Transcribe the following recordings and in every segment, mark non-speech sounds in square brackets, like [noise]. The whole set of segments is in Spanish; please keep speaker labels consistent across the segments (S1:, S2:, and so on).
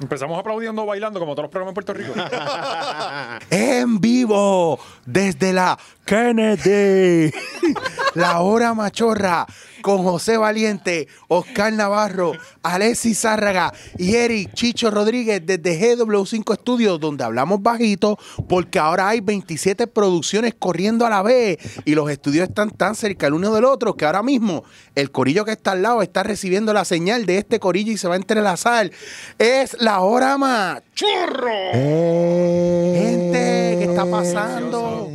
S1: Empezamos aplaudiendo, bailando, como todos los programas en Puerto Rico.
S2: en vivo desde la Kennedy. [laughs] la hora machorra con José Valiente, Oscar Navarro, Alexis Zárraga y Eric Chicho Rodríguez desde GW5 Studios, donde hablamos bajito porque ahora hay 27 producciones corriendo a la vez y los estudios están tan cerca el uno del otro que ahora mismo el corillo que está al lado está recibiendo la señal de este corillo y se va a entrelazar. Es la hora machorro. Gente, ¿qué
S3: Eh,
S2: está pasando?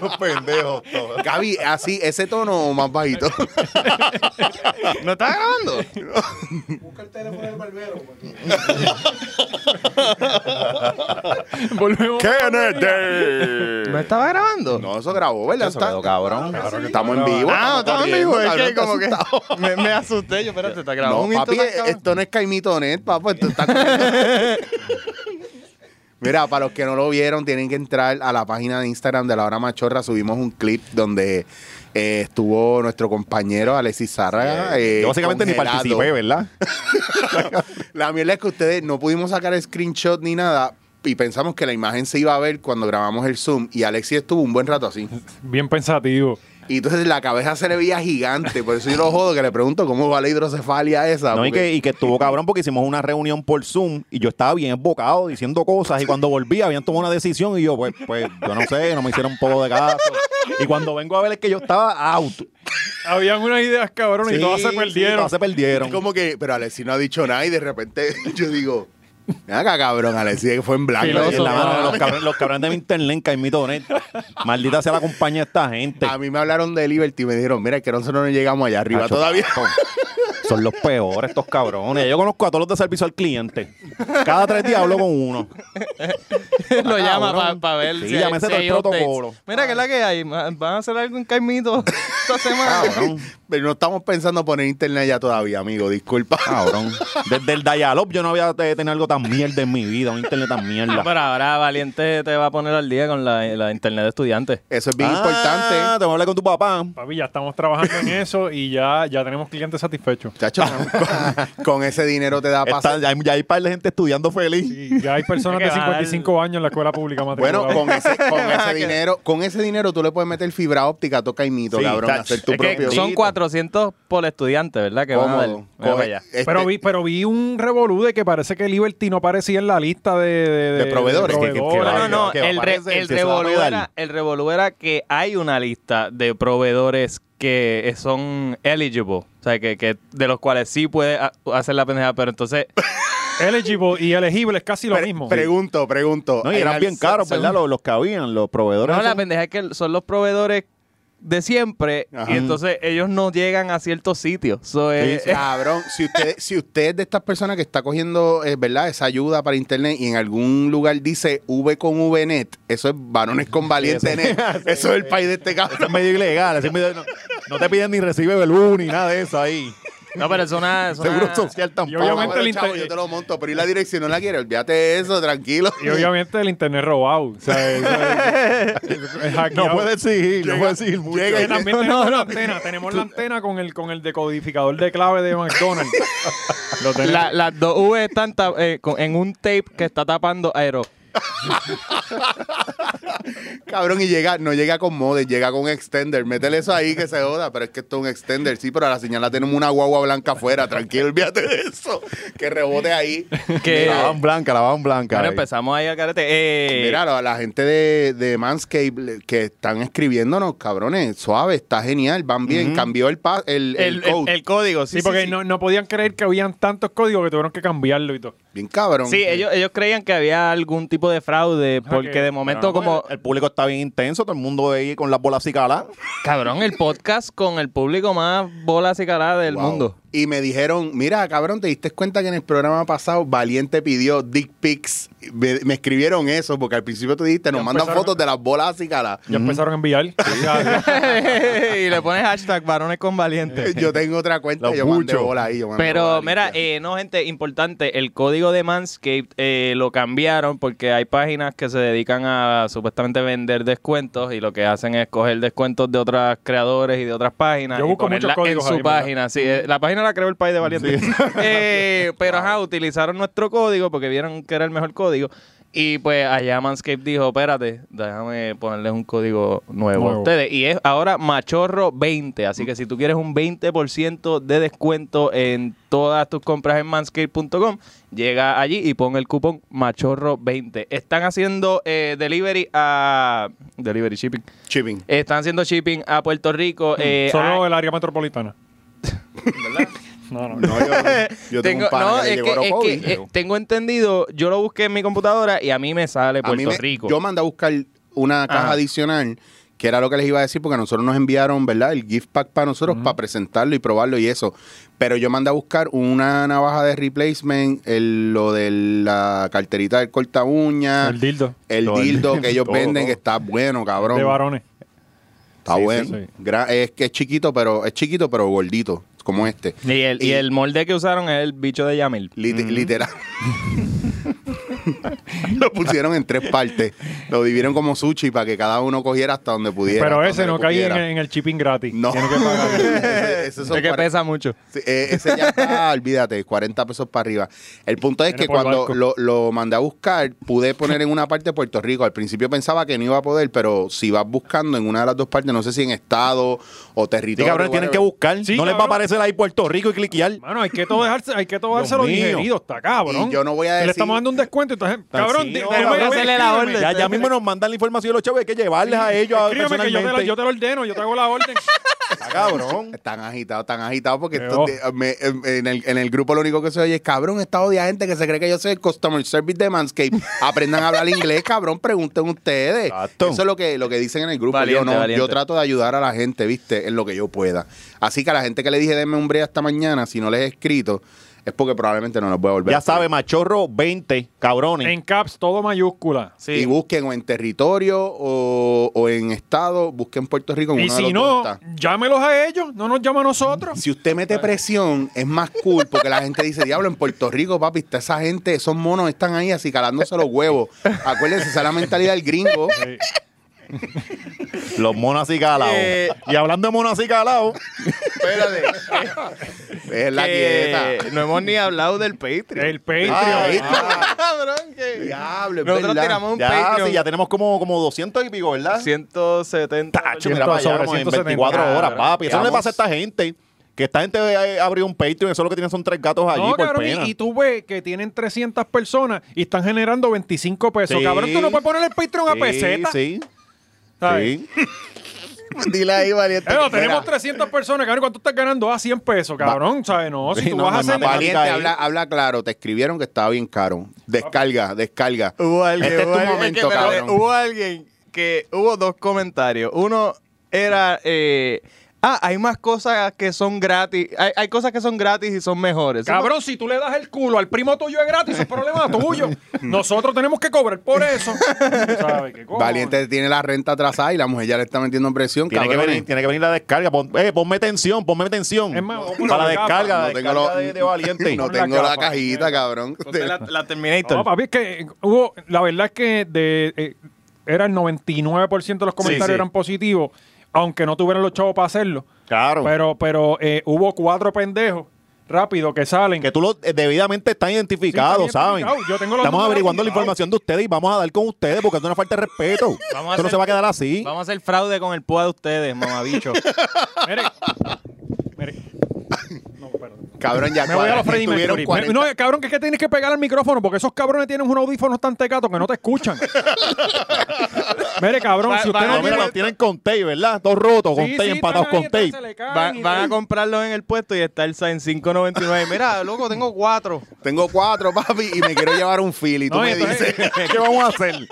S4: Los pendejos. todos.
S2: Gaby, así, ese tono más
S3: [laughs]
S2: bajito.
S3: ¿No está grabando?
S1: Volvemos.
S2: Kennedy.
S3: ¿No estaba grabando?
S2: No, eso grabó, ¿verdad?
S3: Eso quedó cabrón.
S2: Claro que estamos en vivo.
S3: Ah, no, estaba en vivo. Es
S2: cabrón,
S3: que
S2: está
S3: como que
S2: asustado. [laughs]
S3: me, me asusté. Yo, espérate, está grabando.
S2: No, papi, esto no es Caimito Net, papá. Esto está... [laughs] Mira, para los que no lo vieron, tienen que entrar a la página de Instagram de La Hora Machorra. Subimos un clip donde eh, estuvo nuestro compañero Alexis Zárraga. eh,
S4: Yo básicamente ni
S2: congelado. [laughs]
S4: participé, ¿verdad?
S2: La mierda es que ustedes no pudimos sacar screenshot ni nada y pensamos que la imagen se iba a ver cuando grabamos el Zoom y Alexis estuvo un buen rato así.
S1: [laughs] Bien pensativo.
S2: Y entonces la cabeza se le veía gigante, por eso yo lo jodo que le pregunto cómo va la hidrocefalia esa.
S4: No, y
S2: porque-
S4: que, y que
S2: [laughs]
S4: estuvo cabrón porque hicimos una reunión por Zoom y yo estaba bien embocado diciendo cosas y cuando volví habían tomado una decisión y yo, pues, pues, yo no sé, no me hicieron un poco de caso. Y cuando vengo a ver es que yo estaba out.
S1: Habían unas ideas cabrón y
S4: Sí,
S1: todas se
S4: sí,
S1: perdieron.
S4: todas se perdieron.
S2: Es como que, pero Alexis no ha dicho nada y de repente [laughs] yo digo, "Ven acá cabrón, Alexis que fue en blanco.
S1: Filoso,
S4: En la mano de
S1: Ah.
S4: los cabrones, los cabrones de mi internet, Caimito Donet. Maldita sea la compañía de esta gente.
S2: A mí me hablaron de Liberty y me dijeron, mira, que nosotros no llegamos allá arriba
S4: Cacho,
S2: todavía.
S4: son- Son los peores estos cabrones. Yo conozco a todos los de servicio al cliente. Cada tres días hablo con uno.
S3: [laughs] Lo
S2: este,
S4: Ah,
S3: llama
S4: cabrón.
S3: para ver
S4: Sí,
S3: hay-
S4: llámese todo el
S3: hay updates.
S4: protocolo.
S3: Mira, que es la que hay. Ma- Van a hacer algo en Caimito
S2: [laughs]
S3: esta semana.
S2: Ah,
S4: Cabrón,
S2: Pero no estamos pensando poner internet allá todavía, amigo, disculpa.
S4: cabrón. Desde el dial-up yo no había te- tenido algo tan mierda en mi vida, un internet tan mierda.
S3: Ah, Pero ahora Valiente te va a poner al día con la, la internet de estudiantes.
S2: Eso es bien
S4: Ah,
S2: importante.
S4: Te voy a hablar con tu papá.
S1: Papi, ya estamos trabajando en eso y ya, ya tenemos clientes satisfechos.
S4: [laughs]
S2: Chacho, con, con ese dinero te da
S4: Está-
S2: pasar.
S4: ya, hay, ya hay par de gente estudiando feliz.
S1: Y ya hay personas de
S3: Es que va a dar-
S1: 55 años en la escuela pública matriculada.
S2: Bueno, con ese,
S4: [laughs]
S2: con ese dinero, con ese dinero tú le puedes meter fibra óptica, toca y mito,
S4: Sí,
S2: cabrón,
S4: chacho.
S2: hacer tu
S4: Es que
S2: propio.
S4: son
S3: Son 400 por estudiante, ¿verdad? Que van a ver.
S2: Cómodo.
S3: Mira
S2: pues. Coge-
S3: para allá.
S2: este-
S1: pero, vi, pero vi un revolú de que parece que Liberty no aparecía en la lista de, de,
S2: De proveedores.
S1: de
S4: Que- que- que-
S1: proveedores.
S3: No,
S4: Ahora
S3: no, no.
S4: que va a
S3: El, re-
S4: aparecer,
S3: el
S4: que se va a
S3: revolú
S4: pegar.
S3: era- el revolú era que hay una lista de proveedores que son eligible. O sea, que, que de los cuales sí puede ha- hacer la pendeja, pero
S4: [coughs]
S3: entonces.
S1: Eligible y elegible es casi lo
S2: Pre-
S1: mismo.
S2: Pregunto, pregunto.
S4: No, y eran
S2: Al-
S4: bien caros, ¿verdad? Los, los que habían, los proveedores.
S3: No, la
S4: esos.
S3: pendeja es que son los proveedores de siempre
S2: Ajá.
S3: y entonces ellos no llegan a ciertos sitios. So, eh, eh,
S2: Cabrón, si usted, si usted es de estas personas que está cogiendo, eh, ¿verdad? Esa ayuda para internet y en algún lugar dice V con VNet, eso es varones con valiente net.
S1: [laughs]
S2: Eso es el país de este
S4: Eso es
S2: cabrón.
S4: medio ilegal. eso es medio- no, no te piden ni recibe Belú ni nada de eso ahí.
S3: no, pero es una. es una-
S4: Seguro social
S1: Y
S4: tampoco.
S1: obviamente
S2: Bueno,
S1: el
S2: chavo,
S1: inter-
S2: yo te lo monto, pero y la dirección no la quiere, olvídate de eso, tranquilo.
S1: Y obviamente el internet robado. O sea, eso
S4: [laughs]
S1: es- es hackeado.
S4: No puede exigir, no
S2: Llega-
S4: puede exigir
S2: [laughs]
S4: mucho.
S2: llega
S1: Que
S2: y-
S1: también tenemos la antena. Tenemos la antena con el, con el decodificador de clave de McDonald's. Lo tenemos.
S3: la- las dos V están ta- eh, con- en un tape que está tapando aero.
S2: [laughs] Cabrón, y llega, no llega con modes, llega con extender. Métele eso ahí que se joda, pero es que esto es un extender, sí, pero a la señal la tenemos una guagua blanca afuera, tranquilo, olvídate de eso. Que rebote ahí.
S3: Que,
S4: Eh, La van blanca, la van blanca.
S3: bueno,
S4: ahí.
S3: empezamos ahí al carete. Eh,
S2: Mira, la, la gente de, de Manscape le- que están escribiéndonos, cabrones, suave, está genial, van bien. Cambió el, pa- el, el
S3: el, el-
S2: code.
S3: el código, sí.
S1: Sí, porque
S3: sí.
S1: No, no podían creer que habían tantos códigos que tuvieron que cambiarlo y todo.
S2: bien cabrón.
S3: Sí, ellos, ellos creían que había algún tipo de fraude, porque
S1: que-
S3: de momento, como.
S4: El público está bien intenso, todo el mundo ahí con las bolas cicaladas.
S3: Cabrón, el podcast con el público más bolas y caladas del
S2: Wow.
S3: mundo.
S2: Y me dijeron, mira, cabrón, ¿te diste cuenta que en el programa pasado Valiente pidió dick pics? Me, me escribieron eso, porque al principio tú dijiste, nos
S1: Ya
S2: mandan
S1: empezaron.
S2: fotos de las bolas así,
S3: [laughs]
S2: cara.
S1: Ya empezaron a enviar. O sea,
S3: [laughs] y le pones hashtag varones con valientes.
S1: Eh,
S2: Yo tengo otra cuenta,
S4: Los
S2: yo mandé
S4: buchos.
S2: bolas ahí. yo mandé
S3: Pero
S2: bolas
S3: mira,
S2: limpias.
S3: eh, no gente, importante, el código de Manscaped eh, lo cambiaron porque hay páginas que se dedican a supuestamente vender descuentos y lo que hacen es coger descuentos de otros creadores y de otras páginas
S1: Yo
S3: y
S1: busco muchos
S3: ponerla en
S1: códigos
S3: su
S1: ahí, ¿verdad?
S3: página. Sí, eh, la página
S1: la creó el país de valientes.
S4: Sí.
S3: [laughs]
S1: [laughs]
S3: Eh, pero ajá, utilizaron nuestro código porque vieron que era el mejor código. Y pues allá Manscaped dijo, espérate, déjame ponerles un código nuevo,
S1: Nuevo.
S3: a ustedes. Y es ahora Machorro 20. Así que si tú quieres un 20% de descuento en todas tus compras en manscaped.com, llega allí y pon el cupón Machorro 20. Están haciendo eh, delivery a... Delivery shipping. [laughs]
S2: Chipping.
S3: Están haciendo shipping a Puerto Rico. eh, a-
S1: Mm, [laughs] Solo el área metropolitana. ¿Verdad? No, no.
S2: No, yo, yo tengo, un pana
S3: no,
S2: que le
S3: es
S2: llegó
S3: que- es
S2: Orocovi.
S3: que, eh, tengo entendido, yo lo busqué en mi computadora y a mí me sale
S2: A mí
S3: Puerto
S2: me-
S3: Rico.
S2: Yo mandé a buscar una caja
S3: Ajá.
S2: adicional, que era lo que les iba a decir, porque a nosotros nos enviaron, ¿verdad? El gift pack para nosotros, para presentarlo y probarlo y eso. Pero yo mandé a buscar una navaja de replacement, el- lo de la carterita del corta uña,
S1: El
S2: el,
S1: dildo.
S4: Todo el-
S2: dildo que ellos
S4: todo,
S2: venden,
S4: todo.
S2: que está bueno, cabrón.
S1: De varones.
S2: Está
S4: Sí,
S2: bueno.
S1: sí,
S2: Gra- Es que es chiquito, pero es chiquito, pero gordito, como este.
S3: y, el, y
S2: y-
S3: el molde que usaron es el bicho de Yamil.
S2: Lit- Literal. [laughs] lo pusieron en tres partes. Lo dividieron como sushi para que cada uno cogiera hasta donde pudiera.
S1: Pero
S2: hasta
S1: ese
S2: donde
S1: no
S2: le
S1: caía en,
S2: cupiera.
S1: en el shipping gratis.
S2: No.
S1: Tiene que pagar.
S2: [laughs] Ese- ese son
S3: Es que
S2: cuare-
S3: pesa mucho.
S2: Sí, eh, ese ya está, [laughs] olvídate, 40 pesos para arriba. El punto es
S1: Viene
S2: que
S1: por
S2: cuando
S1: barco.
S2: lo, lo mandé a buscar, pude poner en una parte Puerto Rico. Al principio pensaba que no iba a poder, pero si vas buscando en una de las dos partes, no sé si en estado o
S4: Sí,
S2: territorio.
S4: cabrón, tienen que
S2: whatever.
S4: buscar.
S1: Sí,
S4: no les va a
S1: cabrón.
S4: aparecer ahí Puerto Rico y cliquear.
S1: Mano, hay que todo dejarse, hay que todo dárselo
S4: mío.
S1: digerido, está cabrón.
S2: Y yo no voy a
S1: Le
S2: decir-
S1: estamos dando un descuento, entonces, cabrón,
S4: Sí,
S1: di-
S4: no,
S1: déjame
S4: cabrón,
S1: hacerle
S3: escríbeme.
S1: la orden.
S4: Ya, ya mismo nos mandan la información de los chavos, hay que llevarles a ellos a-
S1: Escríbeme que yo te, la-
S4: personalmente.
S1: yo te lo ordeno, yo te hago la
S2: [laughs]
S1: orden.
S4: Ah, cabrón.
S2: Están agitados, están agitados porque
S1: Qué
S2: esto- eh,
S1: ojo.
S2: me- en, el, en el grupo lo único que se oye es cabrón, esta odia gente que se cree que yo soy el customer service de Manscape.
S1: [laughs]
S2: Aprendan a hablar inglés, cabrón, pregunten ustedes.
S4: Exacto.
S2: Eso es lo que, lo que dicen en el grupo.
S3: Valiente,
S2: yo no, yo
S3: valiente.
S2: trato de ayudar a la gente, viste, en lo que yo pueda. Así que a la gente que le dije denme un break esta mañana, si no les he escrito, es porque probablemente no los voy a volver. a
S4: Ya
S2: escribir.
S4: sabe, machorro 20, cabrones.
S1: En caps, todo mayúscula.
S2: Y busquen o en territorio o, o en estado, busquen Puerto Rico en
S1: Y
S2: uno de
S1: si
S2: los dos
S1: no,
S2: está.
S1: llámelos a ellos, no nos llama a
S4: [laughs]
S1: nosotros.
S2: Si usted mete presión, es más cool porque la gente dice, diablo, en Puerto Rico, papi, está esa gente, esos monos están ahí así calándose los huevos. Acuérdense, esa es la mentalidad del gringo.
S4: Los monos así calados.
S3: Eh,
S4: y hablando de monos así calados,
S2: Espérate. es la
S3: Que
S2: quieta.
S3: Eh, no hemos ni hablado del [laughs] Patreon.
S1: El Patreon.
S2: Ah, ¿viste?
S3: Cabrón, que-
S2: Diablo, es
S3: Nosotros
S2: verdad.
S3: tiramos
S4: [laughs]
S3: un
S4: ya,
S3: Patreon.
S4: sí, ya tenemos como, como 200 y pico, ¿verdad? Ah,
S3: 170.
S4: Tacho, mira para allá,
S1: sobre
S4: como en
S1: 170.
S4: 24 horas,
S1: Claro.
S4: papi. Eso no le
S2: Vamos.
S4: pasa a esta gente. Que esta gente eh, abrió un Patreon, eso lo que tienen son tres gatos allí
S1: No,
S4: por
S1: cabrón,
S4: pena.
S1: y, y tú ves que tienen 300 personas y están generando 25 pesos.
S4: Sí.
S1: Cabrón, tú no puedes poner el Patreon a peseta.
S4: Sí, sí,
S1: ¿sabes?
S4: sí.
S2: Dile ahí, valiente.
S1: Eh, no, tenemos
S2: Mira,
S1: 300 personas, cabrón. ¿Cuánto estás ganando? A 100 pesos, cabrón. ¿Sabes? No, si
S4: Sí,
S1: tú
S4: no,
S1: vas a
S4: no,
S1: hacer.
S4: no, no,
S2: Valiente,
S4: Ahí.
S2: habla, habla claro. Te escribieron que estaba bien caro. Descarga, descarga. Este es tu momento,
S3: Es que, espérate,
S2: cabrón.
S3: Hubo alguien que hubo dos comentarios. Uno era eh, ah, hay más cosas que son gratis. Hay, hay cosas que son gratis y son mejores. Eso
S1: Cabrón, si tú le das el culo al primo tuyo es gratis, es problema
S4: [laughs]
S1: tuyo. Nosotros tenemos que cobrar por eso. ¿Sabes qué cojones?
S2: Valiente tiene la renta atrasada y la mujer ya le está metiendo en presión.
S4: Tiene que,
S2: cabrones.
S3: eh.
S4: venir, tiene que venir la descarga. Pon- eh, ponme tensión, ponme tensión.
S1: Es más, vamos por
S4: para la
S1: la capa.
S4: descarga, la
S2: No tengo
S4: descarga
S2: lo-
S4: de,
S1: [laughs]
S4: de
S2: [laughs]
S4: valiente.
S2: No
S1: Con la
S2: tengo la
S1: capa.
S2: cajita, cabrón.
S3: Ponte la, la
S1: No,
S3: Terminator.
S1: papi, es que eh, hubo, la verdad es que de, eh, era el 99% de los comentarios
S4: sí.
S1: eran positivos, aunque no tuvieran los chavos para hacerlo.
S4: Claro.
S1: Pero, pero eh, hubo cuatro pendejos rápido que salen.
S4: que tú lo, eh, debidamente están identificados,
S1: Sí, están
S4: ¿saben?
S1: identificados. Yo tengo los
S4: Estamos
S1: números
S4: averiguando la
S1: apuntados.
S4: información de ustedes y vamos a dar con ustedes porque es una falta de respeto.
S3: [laughs] Vamos a
S4: Esto no
S3: hacer-
S4: se va a quedar así.
S3: Vamos a hacer fraude con el PUA de ustedes, mamabicho.
S1: Mire, mire. No, perdón.
S2: [laughs] Cabrón, ya
S1: Me voy a los
S2: cuarenta-
S1: Freddy
S2: tuvieron
S1: Mercury.
S2: 40.
S1: No, cabrón, que es que tienes que pegar al micrófono porque esos cabrones tienen un audífono tan tecato que no te escuchan. Mire, cabrón,
S3: Va-
S1: si usted
S3: van
S4: No,
S1: no
S3: a-
S4: mira,
S1: tiene...
S4: los tienen con tape, ¿verdad? Todos rotos, con
S1: Sí,
S4: tape,
S1: sí,
S4: empatados
S1: están
S4: con
S1: ahí, entonces
S4: tape.
S1: se le caen
S3: Va-
S1: y
S3: van a
S1: todo.
S3: comprarlos en el puesto y está el sign 5.99. Mira, loco, tengo cuatro.
S2: Tengo cuatro, papi, y me quiero llevar un Philly. Tú
S1: No, y
S2: me
S1: entonces-
S2: dices. [laughs]
S4: ¿Qué vamos a hacer?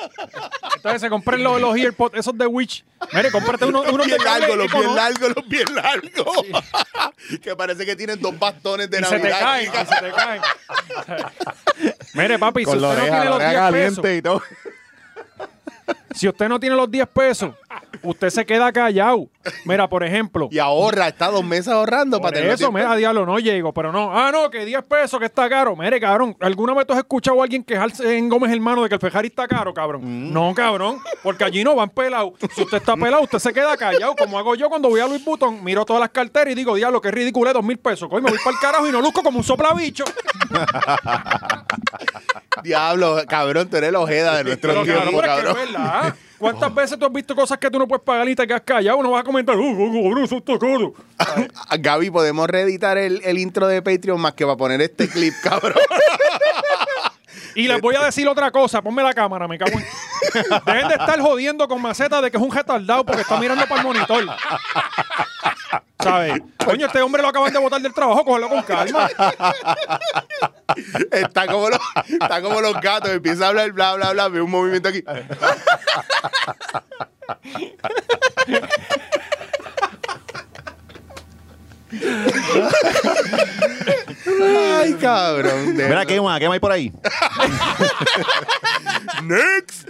S1: Entonces se compren los, los earpods, esos de Witch. Mire, cómprate [laughs] uno,
S2: [laughs]
S1: uno
S2: bien
S1: de cable
S2: largo, los bien
S1: económico.
S2: largos, los bien largos. [laughs] que parece que tienen dos bastones de
S1: y se te
S2: Navidad.
S1: caen, y se te caen.
S2: [laughs]
S1: Mire, papi, si
S4: Con la
S1: usted no
S4: oreja,
S1: tiene
S4: la
S1: los
S3: Este,
S4: oreja
S1: 10 pesos,
S4: caliente y todo.
S1: si usted no tiene los 10 pesos, usted se queda callado. Mira, por ejemplo,
S2: Y ahorra, está dos meses ahorrando
S1: por
S2: para tener.
S1: eso, mira, diablo, no llego, pero no. Ah, no, que 10 pesos, que está caro. Mire, cabrón, ¿alguna vez tú has escuchado a alguien quejarse en Gómez Hermano de que el Ferrari está caro, cabrón?
S2: Mm.
S1: No, cabrón, porque allí no van pelados. Si usted está pelado, usted se queda callado, como hago yo cuando voy a Luis Button, miro todas las carteras y digo, diablo, qué ridículo, dos mil pesos. Coño, me voy para el carajo y no luzco como un soplabicho.
S2: Diablo, cabrón, tú eres la ojeda de nuestro
S1: Pero claro, pero
S2: tiempo,
S1: es que
S2: cabrón.
S1: es verdad. ¿Cuántas veces tú has visto cosas que tú no puedes pagar y te quedas callado? No vas a comentar, uh, uh, uh, eso está caro.
S2: [laughs] Gaby, podemos reeditar el, el intro de Patreon más que para poner este clip, cabrón.
S1: Y les voy a decir otra cosa, ponme la cámara, me cago en. Dejen de estar jodiendo con maceta de que es un retardado porque está mirando para el monitor. ¿Sabes? Coño, este hombre lo acaban de botar del trabajo, cógelo con calma.
S2: Está como los, está como los gatos, empieza a hablar bla bla bla, ve un movimiento aquí. Ay, cabrón. de
S4: Mira,
S2: verdad.
S4: ¿qué más? ¿Qué más hay por ahí?
S2: Next.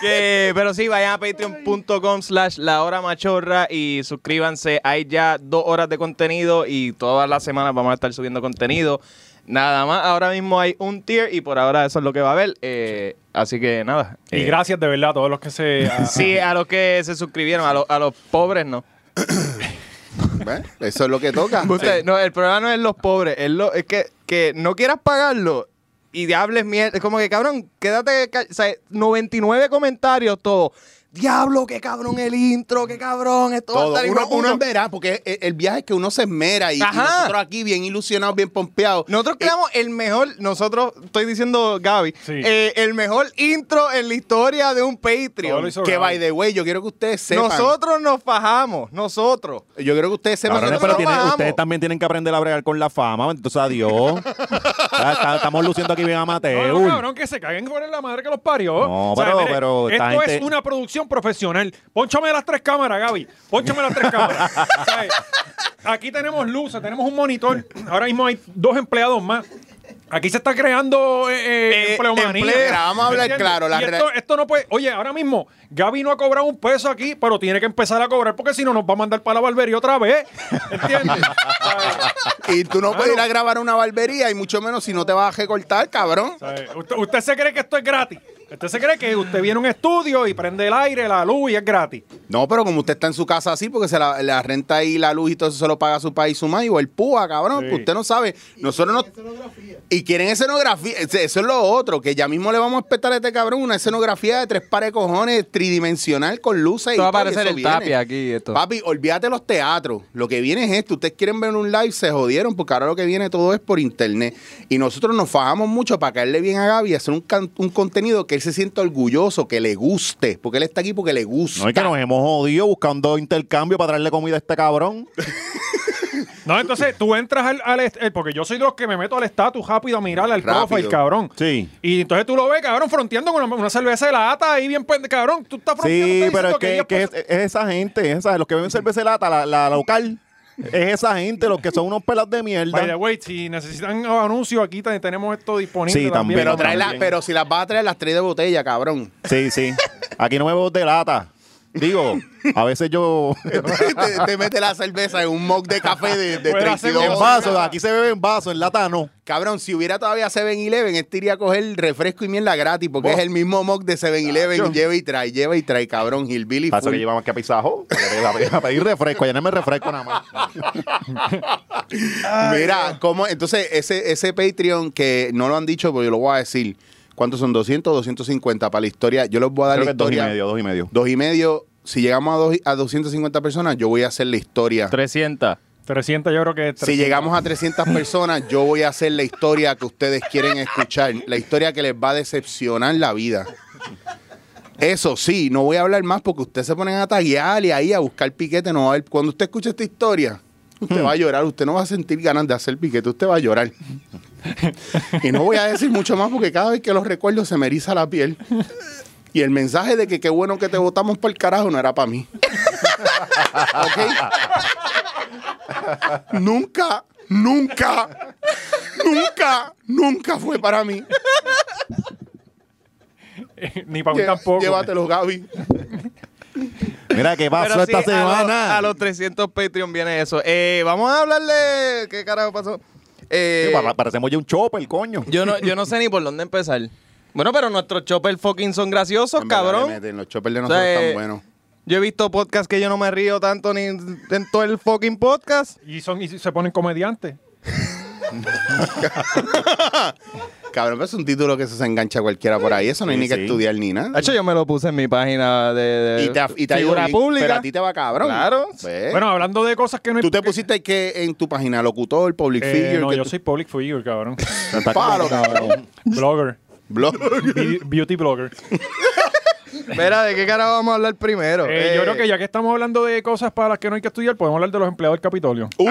S3: Que, pero sí, vayan a patreon.com slash la hora machorra y suscríbanse. Hay ya dos horas de contenido y todas las semanas vamos a estar subiendo contenido. Nada más, ahora mismo hay un tier y por ahora eso es lo que va a haber. eh, así que nada.
S1: Y
S3: eh,
S1: gracias de verdad a todos los que se. a-
S3: Sí, a los que se suscribieron, a, los- a los pobres no.
S2: Bueno, ¿eh? Eso es lo que toca.
S3: Usted- no, el problema no es los pobres, es, lo, es que, que no quieras pagarlo y te hables mierda. Es como que, cabrón, quédate. ca- O sea, 99 comentarios, todo. Diablo, qué cabrón el intro, qué cabrón, esto va a
S2: Todo.
S3: estar
S2: Uno,
S3: hijueputa".
S2: uno en verá, porque e, el, el viaje es que uno se esmera y, y
S3: Ajá.
S2: nosotros aquí bien ilusionados, bien pompeados.
S3: Nosotros creamos el mejor, nosotros, estoy diciendo Gaby,
S1: Sí.
S3: eh, el mejor intro en la historia de un
S1: Todo lo
S3: Patreon.
S1: hizo
S2: Que
S1: Gaby.
S2: by the way, yo quiero que ustedes sepan.
S3: Nosotros nos fajamos, nosotros.
S2: Yo quiero que ustedes sepan.
S4: Cabrones,
S2: que
S4: pero
S3: nosotros
S4: tienen-
S3: vamos.
S4: ustedes también tienen que aprender a bregar con la fama.
S3: [laughs]
S4: Entonces, adiós. Ya está- estamos luciendo aquí bien
S1: No,
S4: amateur.
S1: no, cabrón, que se caguen con la madre que los parió.
S4: No, pero- pero esta
S1: Esto es
S4: gente-
S1: una producción profesional. Pónchame las tres cámaras, Gaby. Pónchame las tres cámaras. ¿Sabes? Aquí tenemos luces, tenemos un monitor. Ahora mismo hay dos empleados más. Aquí se está creando eh, eh,
S3: Eh,
S1: empleomanía.
S3: empleo.
S2: Mira, vamos a hablar
S1: ¿Entiendes?
S2: claro, la
S1: Y
S2: re-
S1: esto, esto no puede. Oye, ahora mismo, Gaby no ha cobrado un peso aquí, pero tiene que empezar a cobrar porque si no nos va a mandar para la barbería otra vez. ¿Entiendes? ¿Sabes?
S2: Y tú no puedes ir a grabar a una barbería y mucho menos si no te vas a recortar, cabrón.
S1: O sea, Usted, usted se cree que esto es gratis. Usted se cree que usted viene a un estudio y prende el aire, la luz y es gratis.
S2: No, pero como usted está en su casa así, porque se la, la renta y la luz y todo eso se lo paga su país, su maíz, o el púa, cabrón,
S1: Sí.
S2: pues usted no sabe. Nosotros no. Y quieren escenografía. Ese- Eso es lo otro, que ya mismo le vamos a espetar a este cabrón una escenografía de tres pares de cojones, tridimensional, con luces y
S3: Esto va a
S2: todo, y
S3: parecer
S2: eso
S3: el
S2: viene.
S3: Tapia aquí, esto.
S2: Papi, olvídate los teatros. Lo que viene es esto. Ustedes quieren ver un live, se jodieron, porque ahora lo que viene todo es por internet. Y nosotros nos fajamos mucho para caerle bien a Gaby y hacer un, can- un contenido que él se sienta orgulloso, que le guste. Porque él está aquí porque le gusta.
S4: No es que nos hemos jodido buscando intercambio para traerle comida a este cabrón.
S1: No, entonces tú entras al, al est- eh, porque yo soy de los que me meto al estatus rápido a mirar al
S2: Rápido.
S1: profile, cabrón.
S4: Sí.
S1: Y entonces tú lo ves, cabrón, fronteando con una, una cerveza de lata ahí bien pende- cabrón. Tú estás fronteando.
S4: Sí,
S1: estás
S4: pero es
S1: diciendo
S4: que, que es,
S1: ellos- pues
S4: es esa gente, es esa, los que beben cerveza de lata, la, la local, es esa gente, los que son unos pelados de
S1: By the
S4: mierda.
S1: way, si necesitan anuncios, aquí te- tenemos esto disponible.
S4: Sí, también.
S2: Pero, trae la-
S4: también.
S2: pero si las vas a traer las tres de botella, cabrón.
S4: Sí, sí. Aquí no me bebo de lata. Digo, a veces yo.
S2: [laughs] te, te mete la cerveza en un mug de café de, de
S1: Puede hacer un
S4: en
S2: 32.
S1: vaso.
S4: vaso, aquí se bebe en vaso, en lata no.
S2: Cabrón, si hubiera todavía 7-Eleven, este iría a coger refresco y mierda gratis, porque es el mismo mug de 7-Eleven. Lleva y trae, lleva y trae, cabrón. Hillbilly
S4: Paso
S2: full.
S4: que llevamos aquí a pisajo. [laughs] A pedir refresco, ya no me refresco nada más.
S2: Mira, ¿cómo? entonces ese, ese Patreon que no lo han dicho, pero yo lo voy a decir. ¿Cuántos son? ¿200 o 250 para la historia? Yo les voy a dar
S4: Creo
S2: la
S4: que es dos y
S2: historia.
S4: medio, dos y medio.
S2: Dos y medio. Si llegamos a, dos, a 250 personas, yo voy a hacer la historia.
S3: 300.
S1: 300, yo creo que. es
S2: Si llegamos a 300 personas, yo voy a hacer la historia que ustedes quieren escuchar, la historia que les va a decepcionar la vida. Eso sí, no voy a hablar más porque ustedes se ponen a taguear y ahí a buscar piquete. No va a haber- Cuando usted escuche esta historia, usted va a llorar, usted no va a sentir ganas de hacer piquete, usted va a llorar. Y no voy a decir mucho más porque cada vez que los recuerdo se me eriza la piel. Y el mensaje de que qué bueno que te votamos por el carajo no era para mí. [laughs] ¿Ok? Nunca, nunca, nunca, nunca fue para mí.
S1: Ni para mí [laughs]
S2: Lle-
S1: tampoco.
S2: Llévatelo, Gaby.
S4: Mira qué pasó
S3: Pero
S4: esta
S3: sí, a lo-
S4: semana.
S3: A, los 300 Patreon viene eso. Eh, vamos a hablarle. ¿Qué carajo pasó? Eh,
S4: Sí, pa- parecemos ya un chopper, coño.
S3: yo, no, yo no sé ni por dónde empezar. Bueno, pero nuestros choppers fucking son graciosos, cabrón.
S2: Los choppers de
S3: O sea,
S2: nosotros
S3: eh,
S2: están buenos.
S3: Yo he visto podcasts que yo no me río tanto ni en todo el fucking podcast.
S1: Y, son, y se ponen comediantes.
S2: Cabrón, pero es un título que eso se engancha a cualquiera por ahí. Eso no hay
S4: Sí,
S2: ni que
S4: sí.
S2: estudiar ni nada.
S3: De hecho, yo me lo puse en mi página de, de
S2: Y te, ha- y te ha ido
S3: figura
S2: bien,
S3: pública.
S2: Pero a ti te va cabrón.
S3: Claro.
S2: Ve.
S1: Bueno, hablando de cosas que no hay...
S2: tú te pusiste que en tu página locutor, public
S1: Eh,
S2: figure.
S1: no,
S2: que
S1: yo
S2: tú-
S1: soy public figure, cabrón.
S4: Está
S2: Palo, cabrón.
S1: blogger.
S3: [laughs]
S2: Blog.
S1: Be- Beauty blogger.
S3: Espera, ¿de qué carajo vamos a hablar primero?
S1: Eh, Yo
S3: Eh,
S1: creo que ya que estamos hablando de cosas para las que no hay que estudiar, podemos hablar de los empleados del Capitolio.
S2: Uy,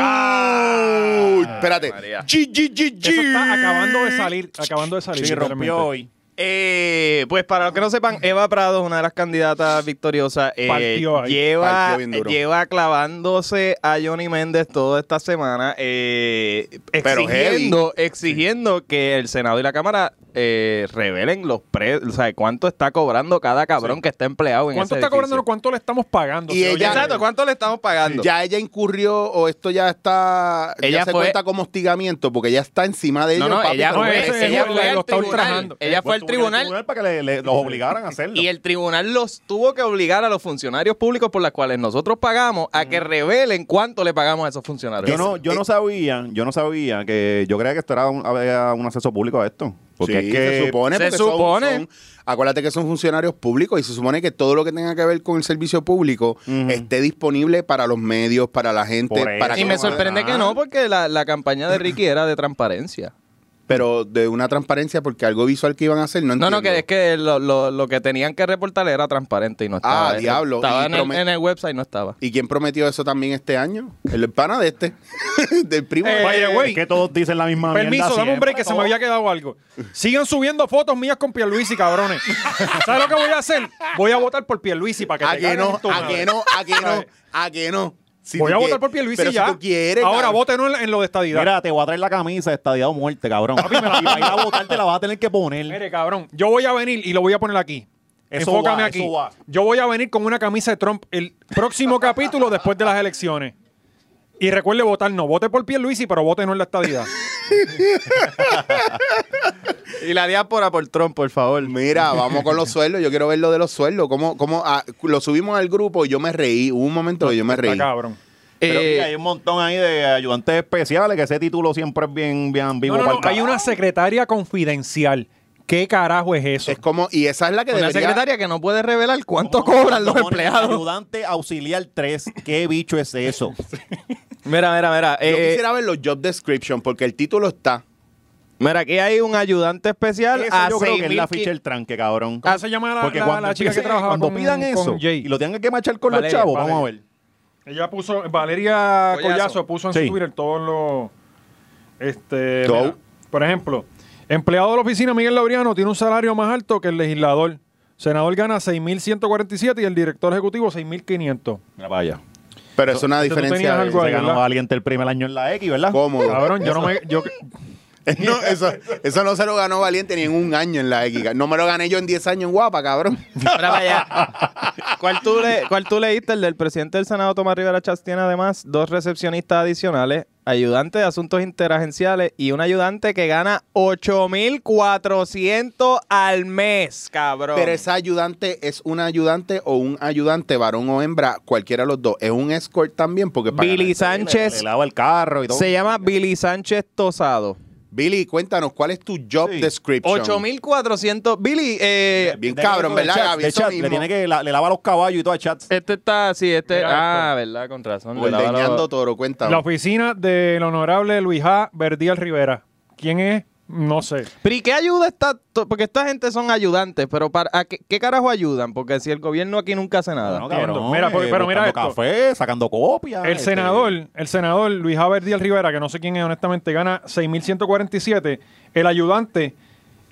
S2: espérate.
S3: Ah, María.
S2: G, G, G, G.
S1: Eso está acabando de salir. Acabando de salir.
S4: Sí, rompió
S1: literalmente.
S4: hoy.
S3: Eh, pues para los que no sepan, Eva Prado es una de las candidatas victoriosas. eh,
S1: Partió ahí.
S3: lleva,
S2: Partió bien duro.
S3: lleva clavándose a Johnny Méndez toda esta semana, eh,
S2: Pero
S3: exigiendo, exigiendo que el Senado y la Cámara eh, revelen los precios, o sea, cuánto está cobrando cada cabrón que está empleado en
S1: ¿Cuánto
S3: ese
S1: está cobrando?
S3: edificio.
S1: ¿Cuánto le estamos pagando?
S2: Y
S1: Sí,
S2: ella-
S1: oye,
S3: Exacto, ¿cuánto le estamos pagando?
S2: Ya ella incurrió, o esto ya está.
S3: Ella
S2: ya se
S3: fue-
S2: cuenta como hostigamiento, porque ya está encima de
S3: No,
S2: ellos.
S3: no,
S2: papi,
S3: ella
S2: pero-
S1: no,
S3: fue,
S1: ese
S3: ella
S1: lo-
S3: fue
S1: lo
S3: al
S1: está
S3: tribunal.
S1: ultrajando.
S3: Ella fue al tribunal
S4: para que le- le- los obligaran a hacerlo.
S3: Y el tribunal los tuvo que obligar a los funcionarios públicos por las cuales nosotros pagamos a que revelen cuánto le pagamos a esos funcionarios.
S4: Yo no, yo no sabía, yo no sabía que yo creía que esto era un, había un acceso público a esto. Porque
S2: Sí,
S4: es que
S2: se supone,
S3: se
S2: porque son-
S3: supone.
S2: son- acuérdate que son funcionarios públicos y se supone que todo lo que tenga que ver con el servicio público esté disponible para los medios, para la gente,
S4: Por
S2: para
S4: eso.
S3: Y me
S2: que-
S3: sorprende que no, porque la, la campaña de Ricky era de transparencia.
S2: pero de una transparencia porque algo visual que iban a hacer no
S3: No,
S2: entiendo.
S3: no, que es que lo, lo- lo que tenían que reportar era transparente y no estaba.
S2: Ah, diablo,
S3: Estaba
S2: y
S3: en el,
S2: promet-
S3: en el website, no estaba.
S2: ¿Y quién prometió eso también este año? El pana de este, [laughs] del primo. este.
S1: Eh, By the way.
S4: Es que todos dicen la misma mierda
S1: Permiso, dame un
S4: siempre,
S1: break que se me
S4: todos.
S1: había quedado algo. Sigan subiendo fotos mías con Pierluisi, cabrones. [laughs] ¿Sabes lo que voy a hacer? Voy a votar por Pierluisi para que
S2: a
S1: te
S2: que
S1: caguen
S2: no,
S1: en tu
S2: a
S1: madre.
S2: que no, a que no,
S1: Ay.
S2: a que no. Si
S1: voy
S2: tú
S1: a votar
S2: quieres-
S1: por Pierluisi
S2: pero
S1: ya.
S2: Si tú quieres,
S1: Ahora
S2: cabrón.
S1: voten en, en lo de estadidad.
S4: Mira, te voy a traer la camisa de estadiado muerte, cabrón. y para ir a votar te la vas a tener que poner.
S1: Mire, cabrón, yo voy a venir y lo voy a poner aquí.
S4: Eso
S1: Enfócame
S4: va,
S1: aquí.
S4: eso va.
S1: Yo voy a venir con una camisa de Trump el próximo [laughs] capítulo después de las elecciones. Y recuerde votar no. Vote por Pierluisi, pero vote no en la estadidad.
S3: Y la diáspora por Trump, por favor.
S2: Mira, vamos
S1: [laughs]
S2: con los sueldos. Yo quiero ver lo de los sueldos. ¿Cómo, cómo, ah, lo subimos al grupo y yo me reí. Hubo un momento que yo me
S1: Está
S2: reí.
S1: cabrón.
S4: Pero
S3: Eh,
S4: mira, hay un montón ahí de ayudantes especiales que ese título siempre es bien, bien ambiguo
S1: No, no,
S4: para
S1: no,
S4: el
S1: hay
S4: carajo.
S1: una secretaria confidencial. ¿Qué carajo es eso?
S2: Es como, y esa es la que
S3: una
S2: debería...
S3: secretaria que no puede revelar cuánto [laughs] cobran los
S4: Pone
S3: empleados.
S4: Ayudante auxiliar 3. ¿Qué bicho es [laughs] eso?
S3: Mira, mira, mira.
S2: Yo
S3: eh,
S2: quisiera ver los job description porque el título está.
S3: Mira, aquí hay un ayudante especial.
S4: Eso
S3: a
S4: yo creo que es
S3: 6.000
S4: la ficha del tranque, cabrón.
S1: ¿Cómo se llama la,
S4: Porque
S1: la-
S4: cuando,
S1: la chica que
S4: empiecen-
S1: trabajaba
S4: cuando
S1: con-
S4: pidan
S1: con
S4: eso
S1: Jay?
S4: y lo tengan que marchar con
S3: Valeria,
S4: los chavos, vamos a
S1: Valeria.
S4: ver.
S1: Ella puso, Valeria
S3: Collazo.
S1: Collazo, puso en
S4: Sí.
S1: su Twitter todos los. Este,
S2: Todo.
S1: mira, por ejemplo, empleado de la oficina Miguel Laureano tiene un salario más alto que el legislador. Senador gana 6.147 y el director ejecutivo 6.500.
S4: Mira, vaya.
S2: Pero es una
S1: Entonces, tú
S2: diferencia.
S1: tenías
S2: de-
S1: algo
S4: Se
S1: Guay,
S4: ganó
S1: ¿verdad?
S4: Valiente el primer año en la X, ¿verdad?
S2: Cómodo.
S1: Cabrón, yo no me. Yo,
S2: [laughs] No, eso, eso no se lo ganó Valiente ni en un año en la X. No me lo gané yo en 10 años en
S1: [laughs]
S2: Guapa, cabrón.
S3: Mira para allá. [laughs] ¿Cuál tú, le- cuál tú leíste? El del presidente del Senado, Tomás Rivera Chats, tiene además dos recepcionistas adicionales, ayudante de asuntos interagenciales y un ayudante que gana 8,400 al mes, cabrón.
S2: Pero esa ayudante es una ayudante o un ayudante, varón o hembra, cualquiera de los dos. Es un escort también porque para
S3: Billy
S2: ganar-
S4: Le,
S3: Sánchez
S4: le lava el carro y todo.
S3: se llama Billy Sánchez Tosado.
S2: Billy, cuéntanos, ¿cuál es tu job
S4: Sí.
S2: description?
S3: 8,400. Billy, eh,
S2: Bien
S4: Tiene
S2: cabrón,
S4: eso de
S2: ¿verdad,
S4: chat,
S2: Gaby?
S4: de
S2: Eso
S4: chat,
S2: mismo.
S4: le tiene que la- le lava los caballos y todo a chats.
S3: este está, sí, este.
S1: Mira
S3: ah, verdad, con razón. le daba la-
S2: Ordeñando toro,
S1: la
S2: cuéntanos.
S1: oficina del honorable Luis A. Verdial Rivera. ¿Quién es? No sé.
S3: Pero ¿y qué ayuda está? to- Porque esta gente son ayudantes, pero para, ¿a qué, qué carajo ayudan? Porque si el gobierno aquí nunca hace nada.
S4: Bueno,
S1: entiendo. Mira, porque- pero mira
S4: eh, buscando
S1: esto.
S4: café, sacando copias.
S1: El
S4: este,
S1: senador, el senador Luis Javier Díaz Rivera, que no sé quién es honestamente, gana 6.147. El ayudante,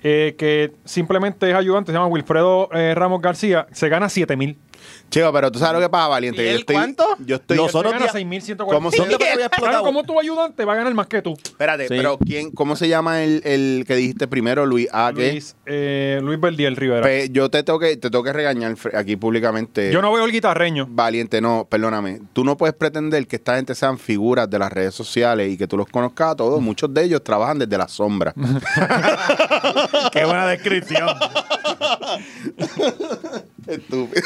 S1: eh, que simplemente es ayudante, se llama Wilfredo eh, Ramos García, se gana 7.000.
S2: Chico, pero tú sabes lo que pasa, valiente.
S3: ¿Y
S2: que
S3: él
S2: yo estoy,
S3: cuánto?
S2: Yo estoy.
S4: Los
S2: yo estoy-
S4: otros
S1: Gana
S4: días-
S1: 6.140.
S4: ¿Cómo se
S2: Miguel,
S1: Claro, como tu ayudante va a ganar más que tú.
S2: Espérate,
S4: Sí.
S2: pero ¿quién, ¿cómo se llama el, el que dijiste primero, Luis? Ah, ¿qué?
S1: Luis, eh, Luis Verdiel Rivera.
S2: Pe- yo te tengo que, te tengo que regañar fr- aquí públicamente.
S1: Yo no veo el guitarreño.
S2: Valiente, no, perdóname. Tú no puedes pretender que esta gente sean figuras de las redes sociales y que tú los conozcas a todos. Muchos de ellos trabajan desde la sombra.
S4: Qué buena descripción.
S1: [laughs]
S2: Estúpido.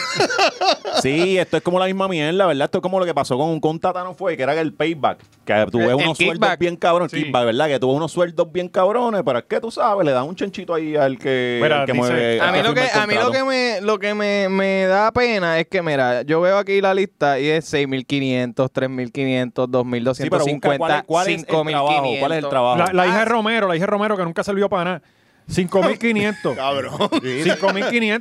S4: Sí, esto es como la misma mierda, ¿verdad? Esto es como lo que pasó con, con Tatano fue, que era el payback. Que tuve
S3: El- el
S4: unos sueldos
S3: kickback.
S4: bien cabrones,
S1: Sí.
S4: kickback, ¿verdad? Que tuve unos sueldos bien cabrones, pero es que tú sabes, le dan un chanchito ahí al que,
S1: Mira,
S4: al que
S1: dice-
S4: mueve.
S3: A
S4: al
S3: mí lo que,
S4: firma el
S3: a mí lo que,
S4: contrato.
S3: me, lo que me, me da pena es que, mira, yo veo aquí la lista y es 6.500, 3.500, 2.250,
S4: Sí, pero busca cuál es, cuál es el trabajo, cuál es el trabajo.
S1: La, la hija de Romero, la hija de Romero que nunca sirvió para nada.
S4: [laughs]
S1: 5.500. [laughs]
S2: Cabrón.
S1: 5.500.
S4: La